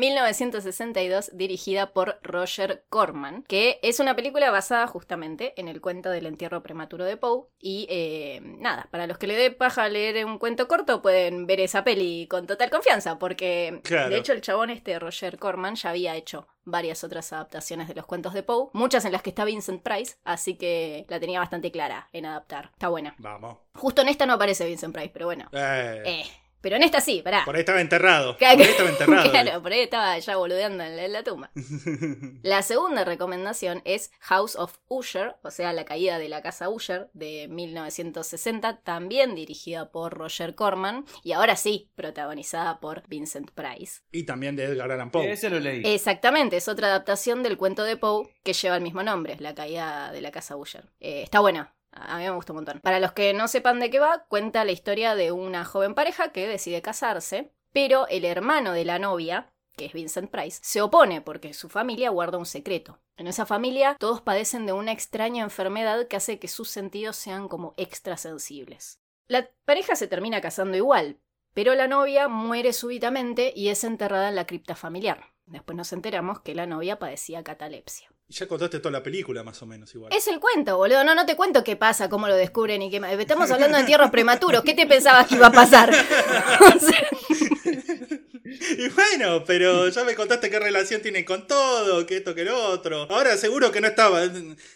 S2: 1962, dirigida por Roger Corman, que es una película basada justamente en el cuento del entierro prematuro de Poe. Y eh, nada, para los que le dé paja leer un cuento corto, pueden ver esa peli con total confianza, porque
S3: Claro.
S2: de hecho el chabón este, Roger Corman, ya había hecho varias otras adaptaciones de los cuentos de Poe, muchas en las que está Vincent Price, así que la tenía bastante clara en adaptar. Está buena.
S3: Vamos.
S2: Justo en esta no aparece Vincent Price, pero bueno.
S3: Eh,
S2: Eh, pero en esta sí, pará.
S3: Por ahí estaba enterrado. Por
S2: Claro,
S3: ahí estaba enterrado.
S2: Claro, por ahí estaba ya boludeando en la, en la tumba. La segunda recomendación es House of Usher, o sea, La caída de la casa Usher de 1960, también dirigida por Roger Corman y ahora sí, protagonizada por Vincent Price.
S3: y también de Edgar Allan Poe.
S4: Ese lo
S2: Eh,
S4: leí.
S2: Exactamente, es otra adaptación del cuento de Poe que lleva el mismo nombre, La caída de la casa Usher. Eh, está buena. A a mí me gustó un montón. Para los que no sepan de qué va, cuenta la historia de una joven pareja que decide casarse, pero el hermano de la novia, que es Vincent Price, se opone porque su familia guarda un secreto. En esa familia todos padecen de una extraña enfermedad que hace que sus sentidos sean como extrasensibles. La pareja se termina casando igual, pero la novia muere súbitamente y es enterrada en la cripta familiar. Después nos enteramos que la novia padecía catalepsia.
S3: Y Ya contaste toda la película, más o menos, igual.
S2: Es el cuento, boludo. No, no te cuento qué pasa, cómo lo descubren y qué más. Estamos hablando de entierros prematuros. ¿Qué te pensabas que iba a pasar? O sea,
S3: Y bueno, pero ya me contaste qué relación tienen con todo, que esto, que lo otro. Ahora seguro que no estaba.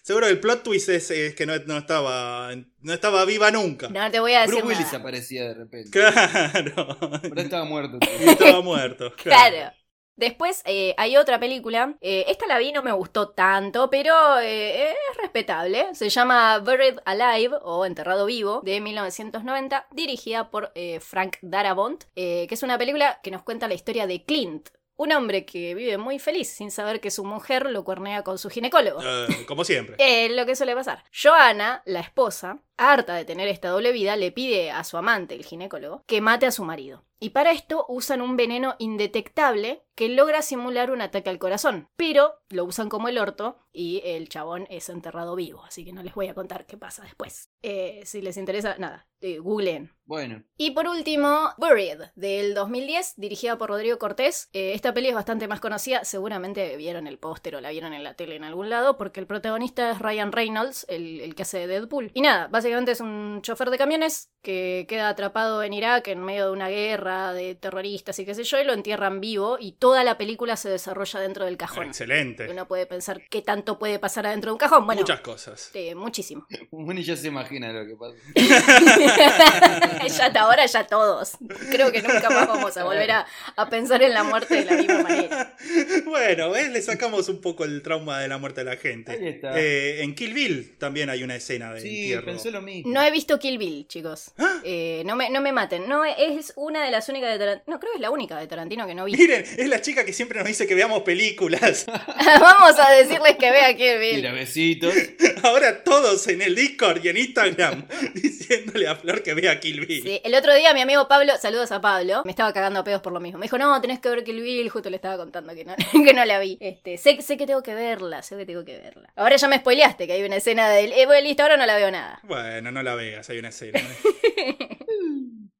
S3: Seguro el plot twist es, es que no, no estaba. No estaba viva nunca.
S2: no te voy a decir
S1: Bruce Willis
S2: nada.
S1: aparecía de repente.
S3: Claro.
S1: Pero estaba muerto.
S3: Y estaba muerto.
S2: Claro. Después eh, hay otra película. eh, esta la vi, no me gustó tanto, pero eh, es respetable. Se llama Buried Alive o Enterrado Vivo de 1990, dirigida por eh, Frank Darabont, eh, que es una película que nos cuenta la historia de Clint, un hombre que vive muy feliz sin saber que su mujer lo cuernea con su ginecólogo.
S3: Eh, como siempre.
S2: Eh, lo que suele pasar. Joana, la esposa, harta de tener esta doble vida, le pide a su amante, el ginecólogo, que mate a su marido. Y para esto usan un veneno indetectable que logra simular un ataque al corazón. Pero lo usan como el orto y el chabón es enterrado vivo. Así que no les voy a contar qué pasa después. Eh, si les interesa, nada, eh, googleen.
S1: Bueno,
S2: Y por último, Buried, del 2010, dirigida por Rodrigo Cortés. Eh, esta peli es bastante más conocida, seguramente vieron el póster o la vieron en la tele en algún lado, porque el protagonista es Ryan Reynolds, el, el que hace de Deadpool. Y nada, básicamente es un chofer de camiones que queda atrapado en Irak en medio de una guerra de terroristas y qué sé yo, y lo entierran vivo, y toda la película se desarrolla dentro del cajón.
S3: Excelente.
S2: Uno puede pensar qué tanto puede pasar adentro de un cajón. Bueno,
S3: Muchas cosas.
S2: eh, muchísimo.
S1: uno ya se imagina lo que pasa.
S2: ya hasta ahora ya todos. Creo que nunca más vamos a volver a, a pensar en la muerte de la misma manera.
S3: bueno, ¿ves? Le sacamos un poco el trauma de la muerte de la
S1: Ahí
S3: gente.
S1: está.
S3: Eh, en Kill Bill también hay una escena de
S1: sí,
S3: entierro.
S1: pensé lo mismo.
S2: No he visto Kill Bill, chicos.
S3: ¡Ah!
S2: Eh, no, me, no me maten. No, es una de las únicas de Tarantino. No, creo que es la única de Tarantino que no vi.
S3: Miren, es la chica que siempre nos dice que veamos películas.
S2: vamos a decirles que vea Kill Bill.
S1: Mira, besitos.
S3: Ahora todos en el Discord y en Instagram diciéndole a Flor que vea Kill Bill.
S2: Sí, el otro día mi amigo Pablo, saludos a Pablo, me estaba cagando a pedos por lo mismo. Me dijo, no, tenés que ver Kill Bill, justo le estaba contando que no, que no la vi. Este, sé, sé que tengo que verla, sé que tengo que verla. Ahora ya me spoileaste que hay una escena del... Eh, bueno, listo, ahora no la veo nada.
S3: Bueno, no la veas, hay una escena.
S2: Bueno,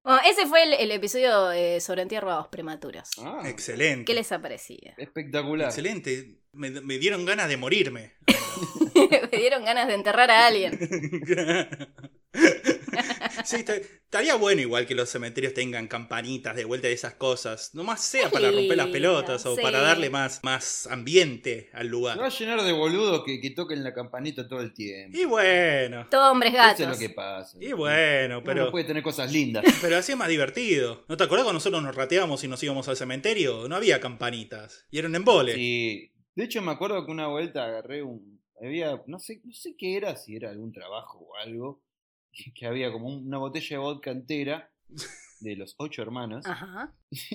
S2: Oh, ese fue el, el episodio eh, sobre entierros prematuros.
S1: Ah,
S3: Excelente.
S2: ¿Qué les ha parecido?
S1: espectacular.
S3: Excelente. Me, me dieron ganas de morirme.
S2: Me dieron ganas de enterrar a alguien.
S3: sí, está- estaría bueno igual que los cementerios tengan campanitas de vuelta de esas cosas. Nomás sea para
S2: Lindo,
S3: romper las pelotas o
S2: sí.
S3: para darle más, más ambiente al
S1: Se va a
S3: lugar.
S1: llenar de boludos que, que toquen la campanita todo el tiempo.
S3: Y bueno.
S2: Todos hombres
S1: Eso es lo
S2: gatos.
S1: que pasa.
S3: Y bueno,
S1: Uno
S3: pero...
S1: puede tener cosas lindas.
S3: Pero así es más divertido. ¿No te acordás cuando nosotros nos rateábamos y nos íbamos al cementerio? No había campanitas. Y era un embole.
S1: Sí. De hecho, me acuerdo que una vuelta agarré un. Había. No sé, no sé qué era, si era algún trabajo o algo. Que, que había como un- una botella de vodka entera de los ocho hermanos.
S2: Ajá.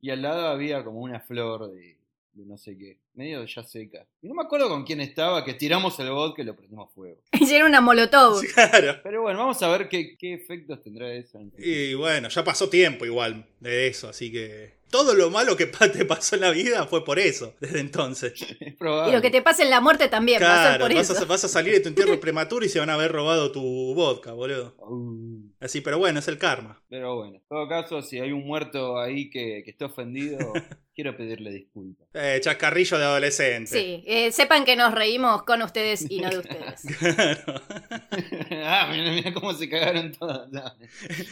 S1: y al lado había como una flor de, de no sé qué, medio ya seca. Y no me acuerdo con quién estaba, que tiramos el vodka y lo prendimos fuego.
S2: Hicieron una molotov.
S3: Claro.
S1: Pero bueno, vamos a ver qué, qué efectos tendrá eso. en el futuro.
S3: Y bueno, ya pasó tiempo igual de eso, así que. todo lo malo que pa- te pasó en la vida fue por eso, desde entonces.
S1: Es
S2: Y
S1: probable.
S2: lo que te pasa en la muerte también va a ser
S3: Claro,
S2: por
S3: vas
S2: eso.
S3: a, vas a salir de tu entierro prematuro y se van a haber robado tu vodka, boludo.
S1: Uh,
S3: Así, pero bueno, es el karma.
S1: pero bueno, en todo caso, si hay un muerto ahí que, que está ofendido, quiero pedirle disculpas.
S3: Eh, chascarrillo de adolescente.
S2: Sí, eh, sepan que nos reímos con ustedes y no de ustedes.
S3: Claro.
S1: ah, mira, cómo se cagaron todas. Dale.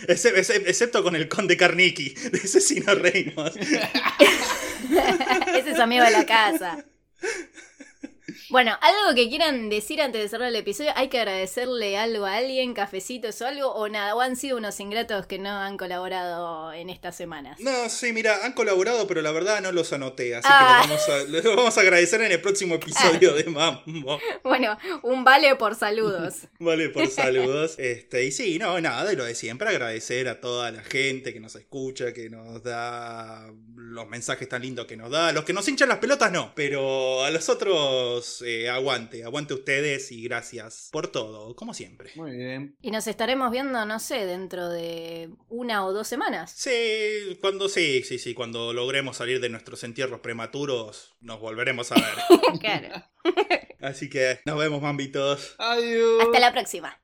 S3: Excep- excep- Excepto con el conde Carniki, de ese sí nos reímos.
S2: Ese es amigo de la casa. Bueno, algo que quieran decir antes de cerrar el episodio, hay que agradecerle algo a alguien, cafecitos o algo, o nada, o han sido unos ingratos que no han colaborado en estas semanas.
S3: No, sí, mira, han colaborado, pero la verdad no los anoté, así
S2: Ah.
S3: que los vamos, a, los vamos a agradecer en el próximo episodio de Mambo.
S2: Bueno, un vale por saludos.
S3: Vale, por saludos. Este, y sí, no, nada, de lo de siempre, agradecer a toda la gente que nos escucha, que nos da los mensajes tan lindos que nos da. Los que nos hinchan las pelotas, no, pero a los otros, eh, aguante, aguante ustedes y gracias por todo, como siempre.
S1: Muy bien.
S2: Y nos estaremos viendo, no sé, dentro de una o dos semanas.
S3: Sí, cuando sí, sí, sí, cuando logremos salir de nuestros entierros prematuros, nos volveremos a ver.
S2: Claro.
S3: Así que nos vemos, mambitos.
S1: Adiós.
S2: Hasta la próxima.